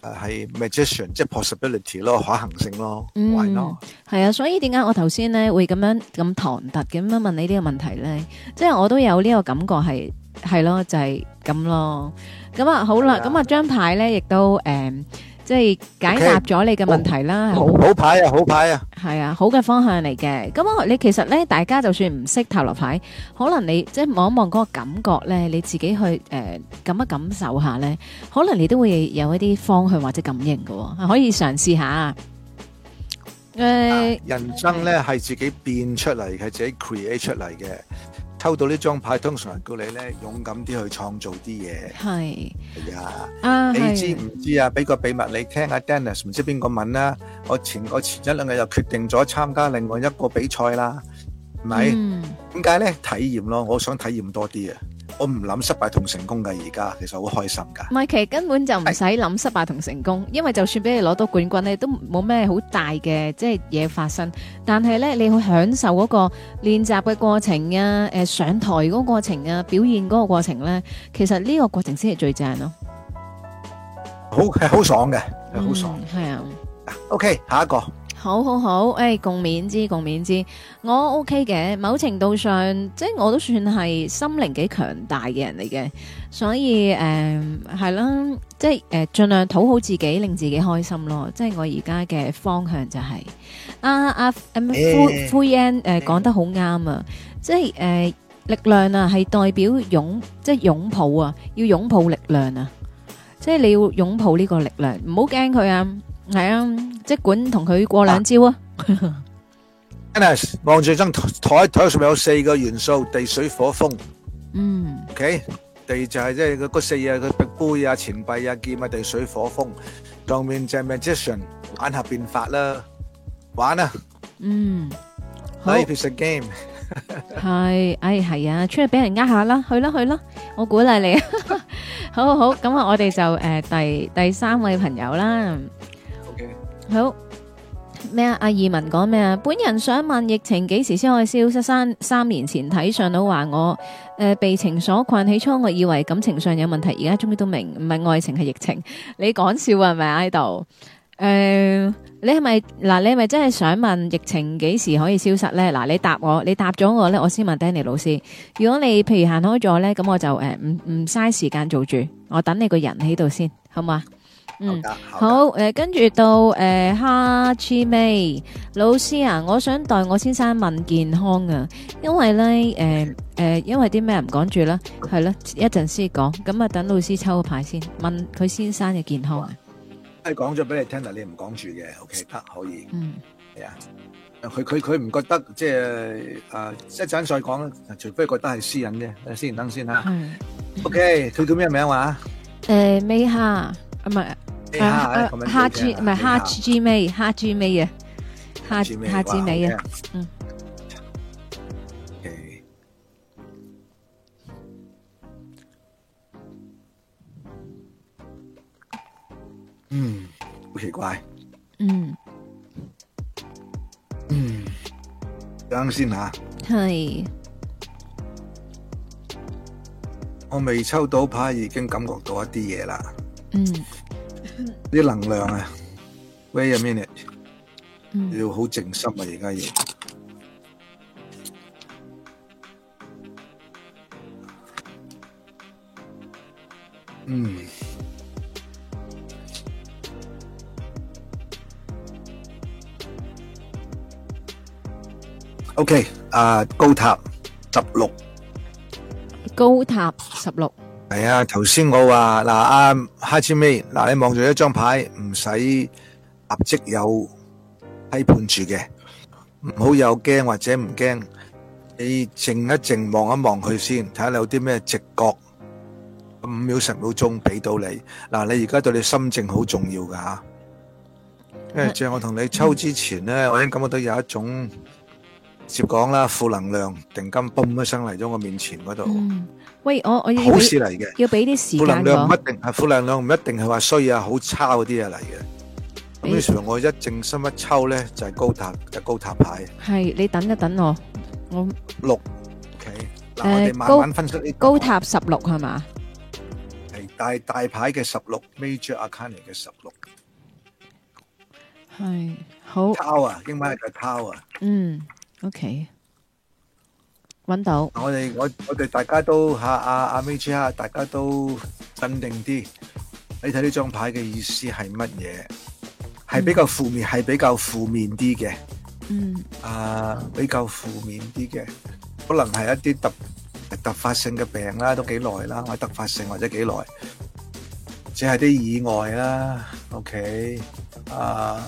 呃 magician，即係 possibility 咯，可行性咯，why
嗯
not？
係啊，所以點解我頭先咧會咁樣咁唐突咁樣問你呢個問題咧？即係我都有呢個感覺係係咯，就係咁咯。咁啊好啦，
係啊
咁啊張牌咧亦都誒，即係解答咗你嘅問題啦，好
好牌啊，好牌啊！
係啊，好嘅方向嚟嘅。咁我你其實咧，大家就算唔識塔羅牌，可能你即係望一望嗰個感覺咧，你自己去誒、呃、感一感受下咧，可能你都會有一啲方向或者感應嘅喎、啊可以嘗試下。誒、
啊人生咧係自己變出嚟，係自己 create 出嚟嘅。抽到呢張牌，通常係叫你咧勇敢啲去創造啲嘢。
係
係啊，
啊，
你知
係
唔知啊？俾個秘密你聽啊，Dennis 唔知邊個問啦。我前我前一兩日又決定咗參加另外一個比賽啦，係咪？
嗯
點解咧？體驗咯，我想體驗多啲啊！我唔諗失敗同成功嘅，而家其實好開心㗎。
唔係，其實根本就唔使諗失敗同成功，因為就算俾你攞到冠軍咧，都冇咩好大嘅即係嘢發生。但係咧，你去享受嗰個練習嘅過程啊，誒、上台嗰個過程啊，表現嗰個過程咧，其實呢個過程先係最正咯。
好係好爽嘅，係好爽。
嗯，係啊。
OK，下一個
好好好，诶、共勉之，共勉之，我 OK 嘅，某程度上，即系我都算係心靈幾強大嘅人嚟嘅，所以诶系、啦，即系诶尽量討好自己，令自己開心咯，即係我而家嘅方向就係啊啊嗯
誒
呼呼 Yan 诶 ờ, 讲得好啱啊，即係诶、力量啊係代表擁即係擁抱啊，要擁抱力量啊，即係你要擁抱呢個力量，唔好驚佢啊，係啊，即管同佢過兩招啊。
Dennis 望住張台，台上面有四個元素：地、水、火、風。
嗯，
OK，地就係即係嗰四嘢，佢杯啊、錢幣啊、劍啊、地水火風，上面就係 magician 玩下變法啦，玩啊
嗯，好
，life is a game，
係，唉係啊，出去俾人呃下啦，去啦去啦，我鼓勵你， [LAUGHS] 好好好，咁啊，我哋就诶第第三位朋友啦。
OK，
好咩啊？阿義文講咩啊？本人想問疫情幾時先可以消失？三三年前睇上佬話我诶、呃被情所困，起初我以為感情上有問題，而家終於都明，唔係愛情係疫情。你講笑啊？係咪啊喺度？诶、你係咪嗱？你係咪真係想問疫情幾時可以消失呢？嗱，你答我，你答咗我呢，我先問 Danny 老師。如果你譬如行開咗呢，咁我就诶唔唔嘥時間做住，我等你個人喺度先，好嘛？嗯。
好㗎，㗎，
好诶，跟住到诶哈 G 妹老師啊，我想代我先生問健康啊，因為咧诶诶，因為啲咩唔講住啦，係啦，一陣先講，咁啊等老師抽個牌先，問佢先生嘅健康啊，
係講咗俾你聽啦，你唔講住嘅，OK，得可以，
嗯，
係啊。佢佢佢唔覺得即係啊一陣再講啦，除非覺得係私隱啫。等先等先嚇。
係
OK，佢叫咩名話？
诶美哈啊唔係
你
啊
嚇
啊
你 comment 俾
哈
我
G
聽
唔
啊
係哈 G 妹哈 G 妹啊，哈
知咩
哈
啩
G 妹啊。
，OK
嗯。
OK 嗯，好奇怪。
嗯，
嗯，等先啊吓，
係
我未抽到牌已經感覺到一啲嘢啦，
嗯
啲能量啊。Wait a minute，
嗯
要好靜心啊，而家要。嗯。OK，啊，高塔十六。
高塔十六
系啊，头先我话嗱，阿哈千尾嗱，你望住一张牌，唔使立即有批判住嘅，唔好有惊或者唔惊，你静一静，望一望佢先，睇下你有啲咩直觉，五秒十秒钟俾到你。嗱，你而家對你心靜好重要噶吓，因為正如我同你抽之前咧，我已經感覺到有一種接講啦，負能量突然間嘣一聲嚟咗我面前嗰度，
嗯，喂我我要
好
俾
事嚟嘅。
要俾啲時
負
間
能量唔啊
我
一。定係負能量，唔一定係話衰啊、好差嗰啲嘢嚟嘅。咁
你
於是乎我一靜心一抽咧，就係、高塔就係高塔牌
系你等一等我，我
六。OK，嗱、
誒
我哋慢慢分析呢、
高塔十六系嘛？
係大大牌嘅十六，Major Arcana 嘅十六
系好，
，Tower 英文係叫 Tower。
嗯，OK，揾到，
我哋我我哋大家都嚇阿阿 Major 啊，大家都鎮定啲。你睇呢張牌嘅意思係乜嘢？係比較負面，係比較負面啲嘅。
嗯
啊比較負面啲嘅，可能係一啲突突發性嘅病啦，都幾耐啦，或者突發性或者幾耐，只係啲意外啦。OK，啊，À,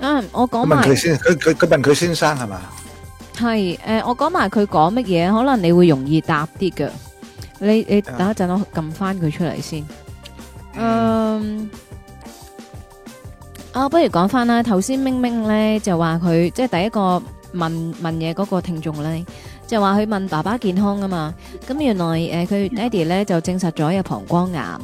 啊，我講
問
埋
佢先，佢佢佢問佢先生係嘛？
係诶，誒我講埋佢講乜嘢，可能你會容易答啲嘅。你你
啊
等一陣，我撳翻佢出嚟先。嗯，啊，不如講翻啦。頭先明明咧就話佢即係第一個問問嘢嗰個聽眾咧，就話佢問爸爸健康啊嘛。咁原來誒佢、
嗯
爹哋咧就證實咗有膀胱癌。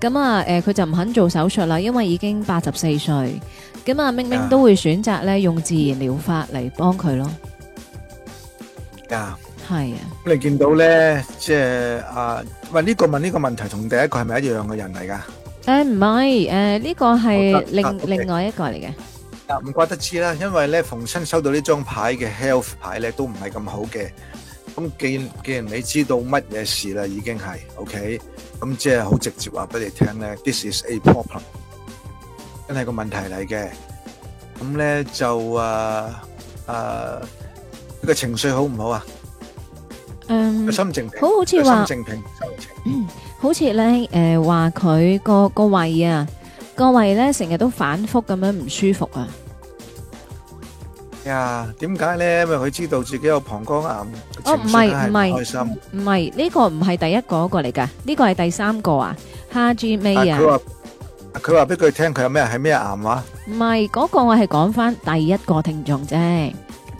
咁啊誒佢就唔肯做手術啦，因為已經八十四歲。咁啊，明明
啊
都會選擇咧用自然療法嚟幫佢咯。
啊，
係啊，
咁你見到咧，即係啊，喂，呢個問呢個問題同第一個係咪一樣嘅人嚟㗎？
誒唔係誒呢個係
好得得
另
Ờ, ，OK
另外一個嚟嘅。
啊，唔怪得知啦，因為咧逢親收到呢張牌嘅 health 牌咧都唔係咁好嘅。咁既然既然你知道乜嘢事啦，已經係 OK，咁即係好直接話俾你聽咧，this is a problem，真係個問題嚟嘅。咁咧就啊啊，佢嘅情緒好唔好啊？
嗯 Ừ.
佢。心情平，
好好似
佢
話
心情平，心情
好似咧誒話佢個個胃 à. 啊，個胃咧成日都反覆咁樣唔舒服啊，
呀，點解咧？因為佢知道自己有膀胱癌，
哦
佢情
唔
緒
係
梗係
唔
唔
係
開心。
唔係呢個唔係第一個嗰個嚟㗎，呢個係第三個啊，下住尾
但
啊
佢，話佢話俾佢聽，佢有咩係咩癌話？
唔係嗰個我係講翻第一個聽眾啫，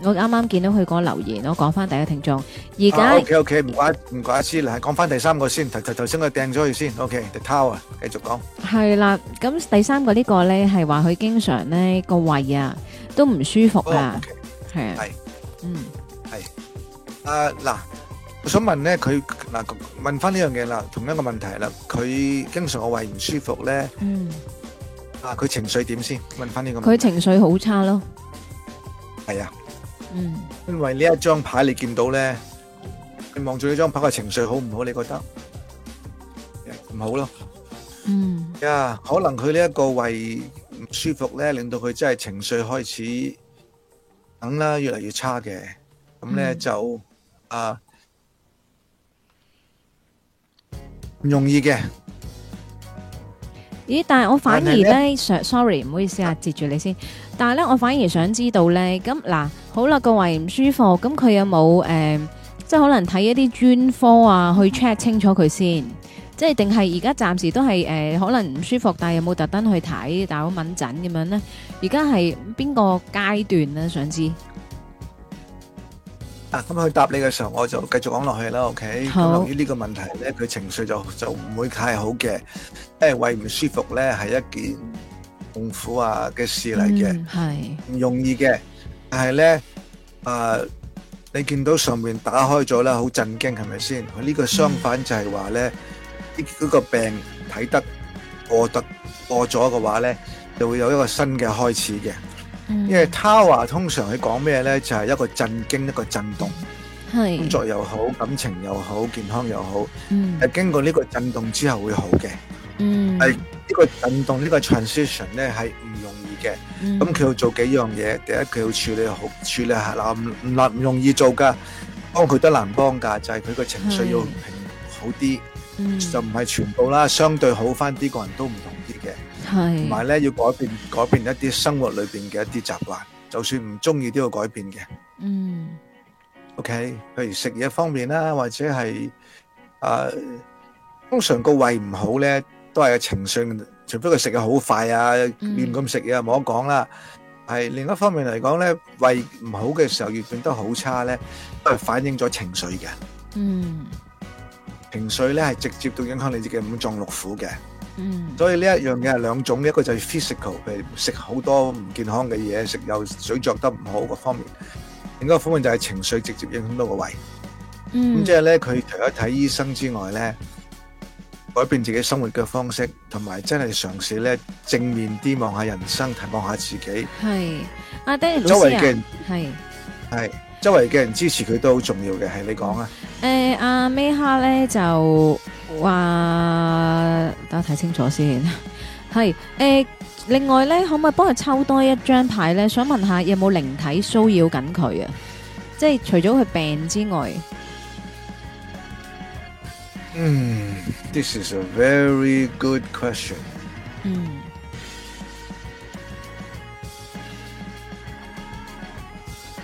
我啱啱見到佢個留言，我講翻第一個聽眾，而家
O K O K，唔怪唔怪之啦，講翻第三個先，頭頭頭先我掟咗佢先。O K，The Tower，繼續講。
係啦，咁第三個呢個呢，係話佢經常呢個胃啊都唔舒服啊，
Ờ, OK，
係啊
係，
嗯，
啊嗱，我想問咧，佢嗱問翻呢樣嘢啦，同一個問題啦，佢經常個胃唔舒服咧，
嗯，
啊佢情緒點先？問翻呢個問題。
佢情緒好差咯，
係啊，
嗯，
因為呢一張牌你見到咧，你望住呢張牌嘅情緒好唔好？你覺得唔好咯？
嗯，
呀，可能佢呢一個胃唔舒服咧，令到佢真係情緒開始等啦，越嚟越差嘅。咁咧、
嗯
就啊唔容易嘅。
咦？但係我反而
但係
咧想，sorry，唔好意思啊，截住你先。但係咧，我反而想知道咧，咁嗱，好啦，個胃唔舒服，咁佢有冇誒、呃即係可能睇一啲專科啊，去 check 清楚佢先，即係定係而家暫時都係誒、呃可能唔舒服，但係有冇特登去睇打個敏診咁樣咧？而家係邊個階段咧？想知
啊，咁佢答你嘅時候，我就繼續講落去啦，OK？咁
好
由於呢個問題咧，佢情緒就就唔會太好嘅，因為胃唔舒服咧係一件痛苦啊嘅事嚟嘅。
嗯係
唔容易嘅，但係咧，啊，你見到上面打開咗啦，好震驚係咪先？佢呢個相反就係話咧，呢嗰個病睇得過得過咗嘅話咧，就會有一個新嘅開始嘅。
嗯
因為 Tower 通常佢講咩咧，就係、一個震驚，一個震動，工
係
作又好，感情又好，健康又好，
嗯
係經過呢個震動之後會好嘅。呢、
嗯
係個震動呢、個 transition 咧係唔容易嘅。
嗯
咁佢要做幾樣嘢，第一佢要處理好處理下嗱，唔唔難唔容易做噶，幫佢都難幫㗎，就係佢個情緒
係
要平好啲，
嗯
就唔係全部啦，相對好翻啲，個人都唔同啲嘅，同
係
埋咧要改變改變一啲生活裏邊嘅一啲習慣，就算唔中意都要改變嘅。
嗯
OK，譬如食嘢方面啦，或者係啊，通常個胃唔好咧，都係情緒，除非佢食嘢好快啊，
嗯
亂咁食嘢啊，冇得講啦。係另一方面嚟講咧，胃唔好嘅時候越變得好差咧，都係反映咗情緒嘅。
嗯
情緒咧係直接到影響你自己五臟六腑嘅。
嗯
所以呢一樣嘢係兩種，一個就係 physical，譬如食好多唔健康嘅嘢，食又水作得唔好嗰方面；另一個方面就係情緒直接影響到個胃。咁
嗯
即係咧，佢除咗睇醫生之外咧，改變自己生活嘅方式，同埋真係嘗試咧正面啲望下人生，提望下自己，
係阿 Danny
周
老
圍
師
嘅
啊，
人
係
係周圍嘅人支持佢都好重要嘅。係你講啊，
誒阿 May 哈咧就話，等我睇清楚先。係誒、另外咧，可唔可以幫佢抽多一張牌咧？想問下有冇靈體騷擾緊佢啊？即係除咗佢病之外，
嗯，This is a very good question。
嗯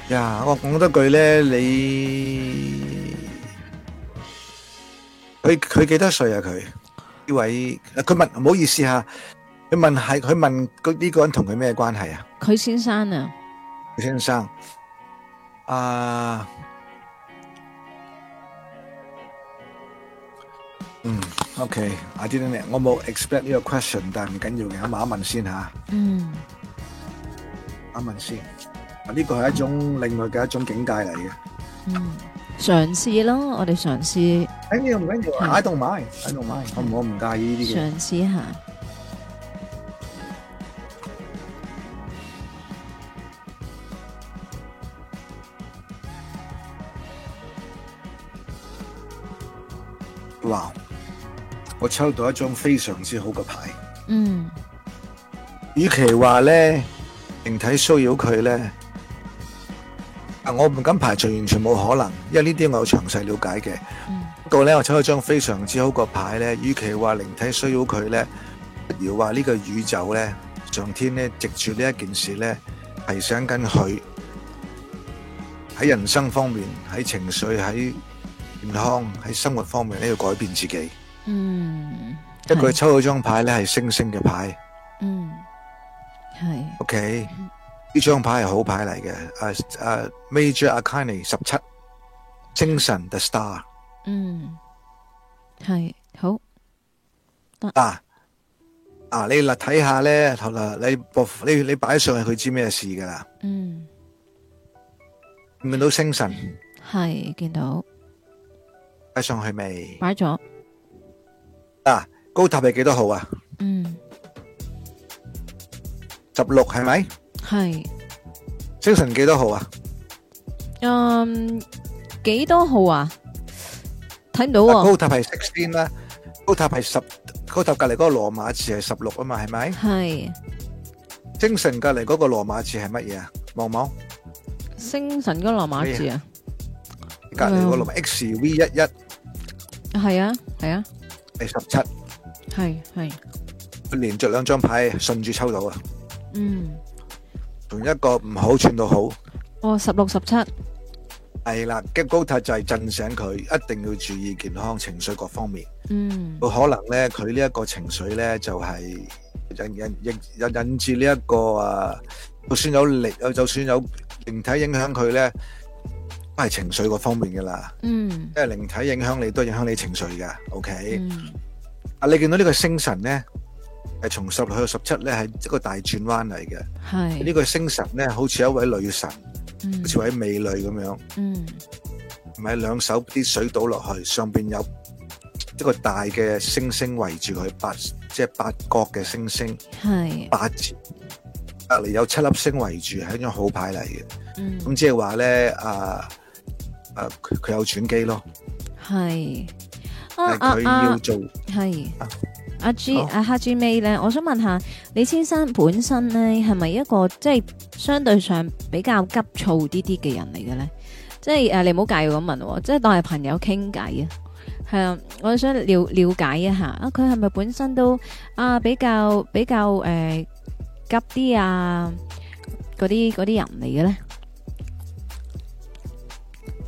呀，我講多句咧，你佢佢幾多歲啊？佢呢位佢問唔好意思吓，佢問係佢問佢呢個人同佢咩關係啊？
佢先生啊，
先生，啊，嗯，OK，I didn't，know- 我冇 expect 呢個 question，但唔緊要嘅，我問一問先吓，
嗯
問一問先。啊呢個係一種另外嘅一種境界嚟嘅。
嗯，嘗試咯，我哋嘗試
緊要唔緊要
係
？I don't mind，I don't mind，我唔我唔介意呢啲嘅。
嘗試一下，
哇！我抽到一張非常之好嘅牌。
嗯
與其話咧形體騷擾佢咧，啊，我唔敢排除完全冇可能，因為呢啲我有詳細了解嘅。
嗯
不過咧，我抽咗張非常之好個牌咧，與其話靈體騷擾佢咧，不如話呢個宇宙咧，上天咧藉住呢一件事咧，提醒緊佢喺人生方面、喺情緒、喺健康、喺生活方面咧要改變自己。
嗯，
即係佢
係
抽咗張牌咧係星星嘅牌
嗯，係
，OK，呢張牌係好牌嚟嘅。啊啊，Major Arcani 十七，精神 The Star
嗯，係好，
啊啊，你嗱睇下咧，頭啦，你播你你擺上去佢知咩事噶啦，
嗯，
見唔見到星神
係見到
擺上去未？
擺咗，
啊，高塔係幾多號啊？
嗯，
十六係咪？
係，
星神幾多號啊？
嗯，幾多號啊？睇唔到
嗱
喎，
啊高塔係 sixteen 啦，高塔係十，高塔隔離嗰個羅馬字係十六啊嘛，係咪？
係
精神隔離嗰個羅馬字係乜嘢啊？望望
星神嗰個羅馬字啊，
隔離嗰個羅馬 XV 一一
係啊，係啊，
係十七，
係係，
佢連續兩張牌順住抽到啊，
嗯，
從一個唔好串到好，
哦，十六十七，
係啦，嘅高塔就係震醒佢，一定要注意健康、情緒各方面。
嗯，
佢可能咧，佢呢一個情緒咧就係引引引引引致呢、一個啊，就算有力，就算有靈體影響佢咧，都係情緒嗰方面噶啦。
嗯，
因為靈體影響你，都影響你情緒噶。OK，、
嗯，
啊，你見到呢個星辰咧，係從十六去到十七咧，係一個大轉彎嚟嘅。呢、
係，
個星辰咧，好似一位女神，好
嗯
似位美女咁樣，
嗯，
咪兩手啲水倒落去，上邊有一個大嘅星星圍住佢，八即係八角嘅星星。
係，
八字，隔離有七粒星圍住，係一張好牌嚟嘅。
嗯，
咁即係話咧，啊啊，佢佢有轉機咯，
係，啊
但
啊
係佢
啊
要！做
系
啊
阿 G
好
阿黑 G 妹咧，我想問下李先生本身咧係咪一個即係相對上比較急躁啲啲嘅人嚟嘅咧？即係诶，你唔好介意我咁問喎，即係當係朋友傾偈啊。係啊，我想了了解一下啊，佢係咪本身都啊比較比較诶、呃急啲啊嗰啲嗰啲人嚟嘅咧？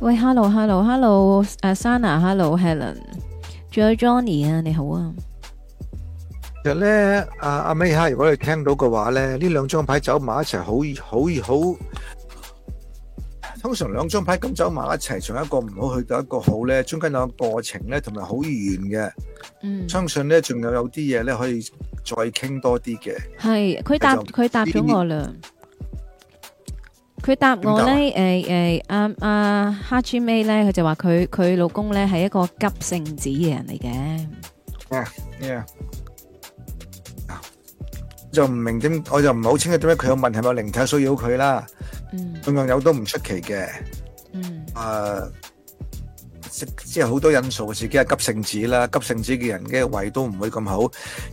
喂，hello 呃 hello hello，诶、Sana hello Helen，仲有 Johnny 啊，你好啊。
其實咧，阿阿 May 哈，如果你聽到嘅話咧，呢兩張牌走埋一齊，好好好。通常兩張牌咁走埋一齊，從一個唔好去到一個好咧，中間有個過程咧，同埋好遠嘅。
嗯，
相信咧，仲有有啲嘢咧可以再傾多啲嘅。
系佢答
就
佢答咗我啦，佢答我咧，诶诶，阿阿哈 a 妹咧，啊佢就話佢佢老公咧係一個急性子嘅人嚟嘅，
Yeah. 啊就唔明點，我就唔係好清楚點解佢有問題，咪靈體騷擾佢啦。
嗯
咁樣有都唔出奇嘅。
嗯
誒、啊即即係好多因素，自己係急性子啦，急性子嘅人嘅胃都唔會咁好，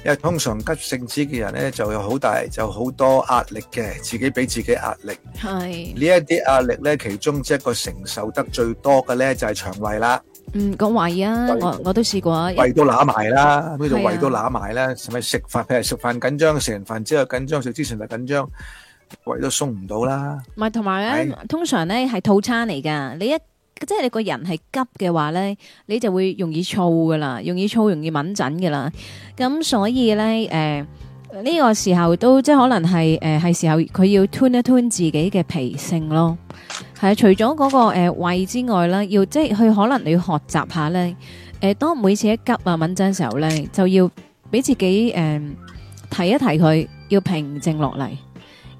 因為通常急性子嘅人咧就有好大，就好多壓力嘅，自己俾自己壓力。呢
係，
一啲壓力咧，其中一個承受得最多嘅咧就係、腸胃啦，
嗯個胃啊，
喂
我我都試過啊，一
胃都揦埋啦，呢度
係啊
胃都揦埋啦，係咪食飯？譬如食飯緊張，食完飯之後緊張，食之前就緊張，胃都鬆唔到啦。
唔係同埋咧，通常咧係套餐嚟噶，你一即係你個人係急嘅話咧，你就會容易燥噶啦，容易燥，容易敏感噶啦。咁所以咧，誒、呢、個時候都即係可能係誒係時候佢要 tune 一 tune 自己嘅脾性咯。係啊，除咗嗰、個、呃、胃之外啦，要即係佢可能你要學習下咧。誒、當每次一急啊敏感嘅時候咧，就要俾自己誒、呃提一提佢，要平靜落嚟。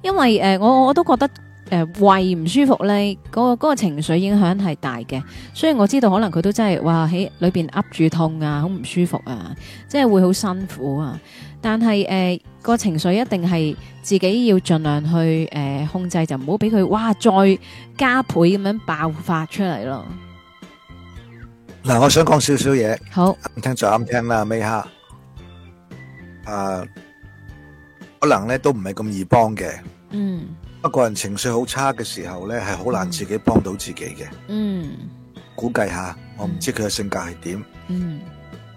因為誒、呃我我都覺得誒、呃胃唔舒服咧，嗰、個嗰個情緒影響係大嘅。雖然我知道可能佢都真係哇喺裏邊噏住痛啊，好唔舒服啊，即係會好辛苦啊。但係誒、呃、個情緒一定係自己要盡量去誒、呃控制，就唔好俾佢哇再加倍咁樣爆發出嚟咯。
嗱，我想講少少嘢。
好，
啱聽就啱聽啦，尾下啊，可能咧都唔係咁易幫嘅。
嗯
不過人情緒好差嘅時候咧，係好難自己幫到自己嘅。
嗯
估計下，我唔知佢嘅性格係點，
嗯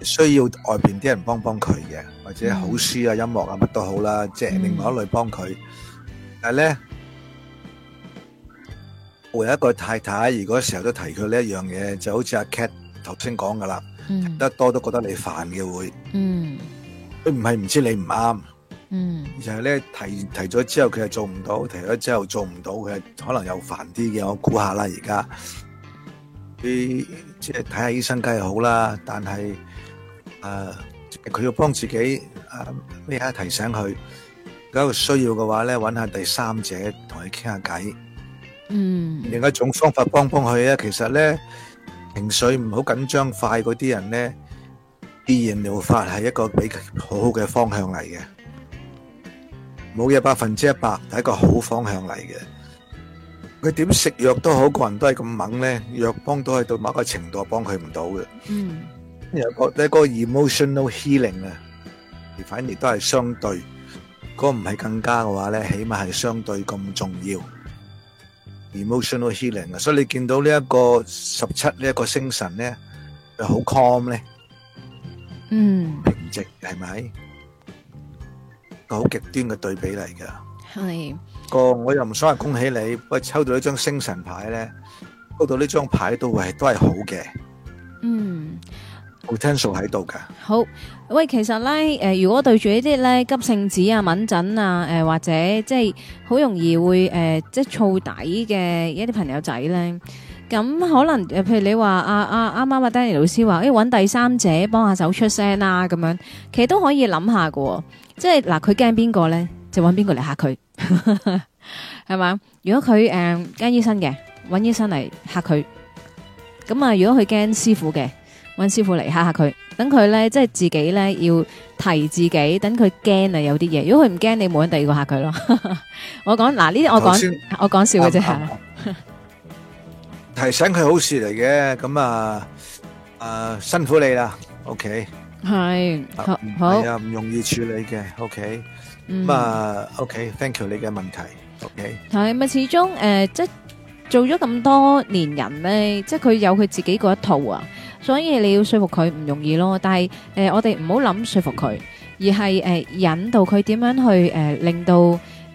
需要外邊啲人幫幫佢嘅，或者好書啊、音樂啊乜都好啦，即係
嗯
另外一類幫佢。但係咧，我有一個太太，如果成日都提佢呢一樣嘢，就好似阿 Cat 頭先講噶啦，
嗯
得多都覺得你煩嘅會，
嗯
佢唔係唔知你唔啱，
嗯
而係咧提提咗之後佢係做唔到，提咗之後做唔到，佢可能又煩啲嘅，我估下啦而家。你即係睇下醫生梗係好啦，但係誒，呃佢、要幫自己誒咩啊提醒佢，如果有需要嘅話咧，揾下第三者同佢傾下偈。
嗯
另一種方法幫幫佢啊咧，其實咧情緒唔好緊張快嗰啲人咧，自然療法係一個比較好好嘅方向嚟嘅。冇嘢百分之一百，係一個好方向嚟嘅。佢點食藥都好，個人都係咁猛咧，藥幫到佢到某一個程度，幫佢唔到嘅。
嗯
有個呢個 emotional healing 啊，而反而都係相對，嗰個唔係更加嘅話咧，起碼係相對咁重要。emotional healing 啊，所以你見到呢一個十七呢一個星辰咧，佢好 calm 咧，
嗯，
平靜係咪？個好極端嘅對比嚟㗎。
係
個我又唔想話恭喜你，不過抽到呢張星辰牌咧，抽到呢張牌都會係都係好嘅
嗯。
potential 喺度㗎。
好，喂，其實咧，誒、如果對住呢啲咧急性子啊、敏感啊，誒、或者即係好容易會誒、即係燥底嘅一啲朋友仔咧，咁可能誒、譬如你話啊啊啱啱啊 Danny 老師話，誒、揾第三者幫下手出聲啦、咁樣其實都可以諗下嘅喎，即係嗱，佢驚邊個咧，就揾邊個嚟嚇佢， [LAUGHS] 係嘛？如果佢誒驚醫生嘅，揾醫生嚟嚇佢，咁啊，如果佢驚師傅嘅。揾師傅嚟嚇下佢，等佢咧即係自己咧要提自己，等佢驚啊有啲嘢。如果佢唔驚，你冇揾第二個嚇佢咯。 [LAUGHS] 我講嗱呢啲我
頭
講
先
我講笑嘅啫 [LAUGHS]
啱，啱提醒佢好事嚟嘅，咁啊，誒辛苦你啦，OK，
係
啊
好
唔
好
係啊，唔容易處理嘅，OK，
嗯
咁啊，OK，thank you 你嘅問題，OK，
係咪始終誒、呃即係做咗咁多年人咧，即係佢有佢自己嗰一套啊，所以你要說服佢唔容易咯。但係誒、呃我哋唔好諗說服佢，而係誒、呃引導佢點樣去誒、呃令到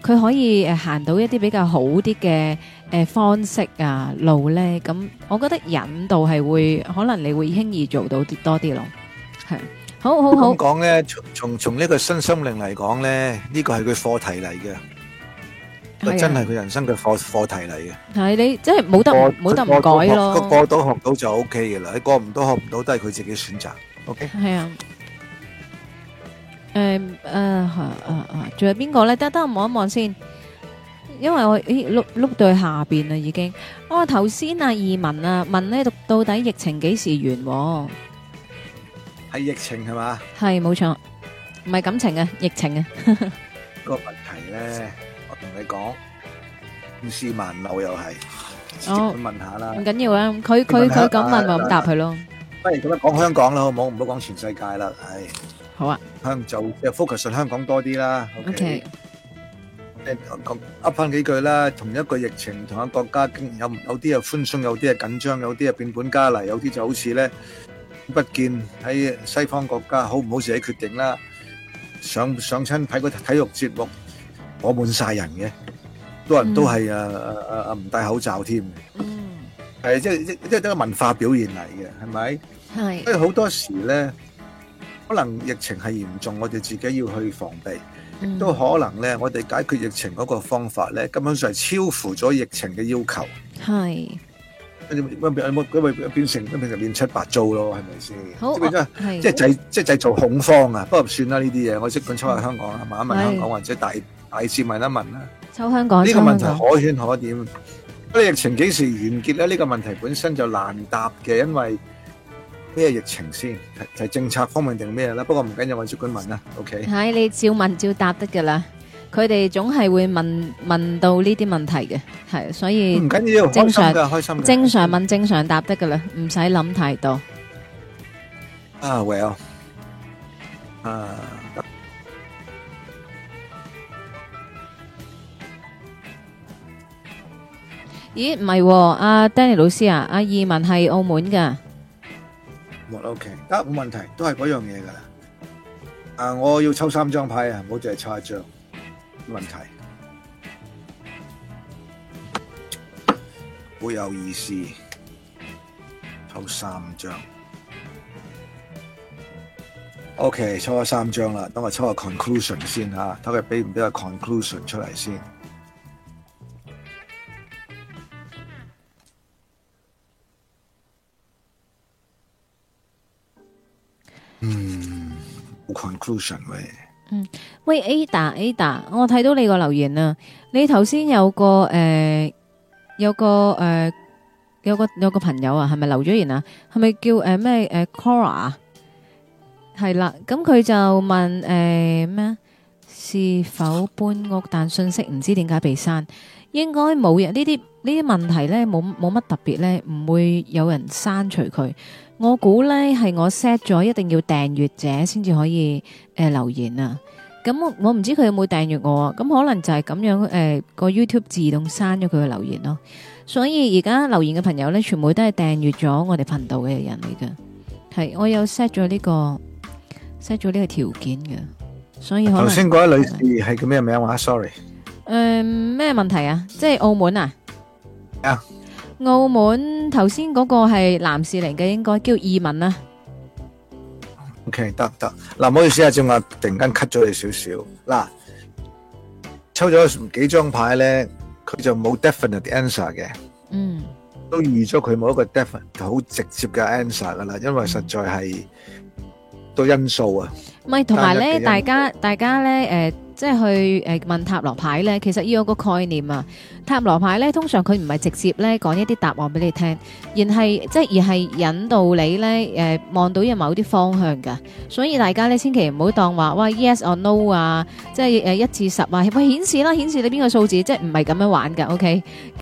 佢可以誒行到一啲比較好啲嘅誒方式啊路咧。咁我覺得引導係會可能你會輕易做到啲多啲咯。係，好好好
咁，講咧，從從從呢個身心靈嚟講咧，呢個係佢課題嚟嘅，
係啊
[LAUGHS] 真係佢人生嘅課課題嚟嘅，
係你即係冇得唔冇得唔改
過過
咯。
過到學到就 OK 嘅啦，過唔到學唔到都係佢自己選擇，OK。
系啊。诶诶啊啊啊！仲有邊個咧？得得，我望一望先，因為我咦碌碌到去下邊啦已經。哦，頭先啊，移民啊，問呢到底疫情幾時完、
喺疫情係嘛
喎？係冇錯，唔係感情啊，疫情啊。
個問題咧，我同你講，千絲萬縷又係，直接
哦
咁問下啦
唔。緊要啊，佢佢佢咁問咪咁答佢咯。
不如咁樣講香港啦，好唔好？唔好講全世界啦，唉，
好啊
香就即係 focus on 香港多啲啦。
，OK，
即係講噏翻幾句啦。同一個疫情，同一個國家經有有啲又寬鬆，有啲係緊張，有啲係變本加厲，有啲就好似咧不見喺西方國家好唔好自己決定啦。上上親睇個體育節目，我滿晒人嘅，多人都係誒誒誒唔戴口罩添嘅。
嗯，
係即係即即係一個文化表現嚟嘅，係咪？
係
所以好多時咧，可能疫情係嚴重，我哋自己要去防備，
嗯
都可能咧，我哋解決疫情嗰個方法咧，根本上係超乎咗疫情嘅要求，
係
跟住咁變咁咪變成咁變成亂七八糟咯，係咪先？
好，
即係變咗
係
即係製即係製造恐慌啊！不過算啦，呢啲嘢我即管抽下香港啦，問一問
係
香港或者大大市問一問啦。
抽香港，
呢
抽
個
香
問題
港，
可圈可點。咁疫情幾時完結咧？呢個問題本身就難答嘅，因為咩疫情先係係政策方面定咩啦？不過唔緊要，我即管問啦。OK，
係你照問照答得噶啦，佢哋總係會問問到呢啲問題嘅，係所以
唔緊要，
正
開心
常
㗎，開心㗎。
正常問正常答得噶啦，唔使諗太多。
啊，Well，啊，得
咦，唔係喎，阿 Danny 老師啊，阿義文係澳門噶，
冇啦 OK，得冇問題，都係嗰樣嘢㗎啦。啊，我要抽三張牌啊，唔好淨係抽一張。冇問題。好有意思。抽三張，OK，抽咗三張啦，等我抽下 conclusion 先吓，睇佢俾唔俾個 conclusion 出嚟先。嗯，冇 conclusion 喂。
喂，Ada，Ada，我睇到你個留言啊，你頭先有個诶、有個诶、有個有個朋友啊，係咪留咗言啊？係咪叫诶咩诶 Cora？啊係啦，咁佢就問诶咩、啊是否搬屋，但信息唔知點解被刪，應該冇人呢啲呢啲問題咧，冇冇乜特別咧，唔會有人刪除佢。我估咧係我 set 咗一定要訂閱者先至可以诶、留言啊。咁我我唔知佢有冇訂閱我啊，咁可能就係咁樣誒個、YouTube 自動刪咗佢嘅留言咯。所以而家留言嘅朋友咧，全部都係訂閱咗我哋頻道嘅人嚟嘅。係，我有 set 咗呢個 set 咗呢個條件嘅，所以可能
頭先嗰位女士係叫咩名話？Sorry，
誒呃咩、問題啊？即係澳門啊？
啊！
澳門頭先嗰個係男士嚟嘅，應該叫移民啊。
OK，得得，嗱，唔好意思啊，正話突然間 cut 咗你少少。嗱，抽咗幾張牌咧，佢就冇 definite answer 嘅，
嗯
都預咗佢冇一個 definite 好直接嘅 answer 噶啦，因為實在係多因素啊。
唔係，同埋咧，大
單一嘅因素
家大家咧，誒、即係去誒、呃問塔羅牌咧，其實要有個概念啊。塔羅牌咧，通常佢唔係直接咧講一啲答案俾你聽，而係即係而係引導你咧誒、望到嘅某啲方向㗎。所以大家咧，千祈唔好當話哇 yes or no 呃啊，即係誒一至十啊，喂顯示啦，顯示你邊個數字，即係唔係咁樣玩㗎？OK。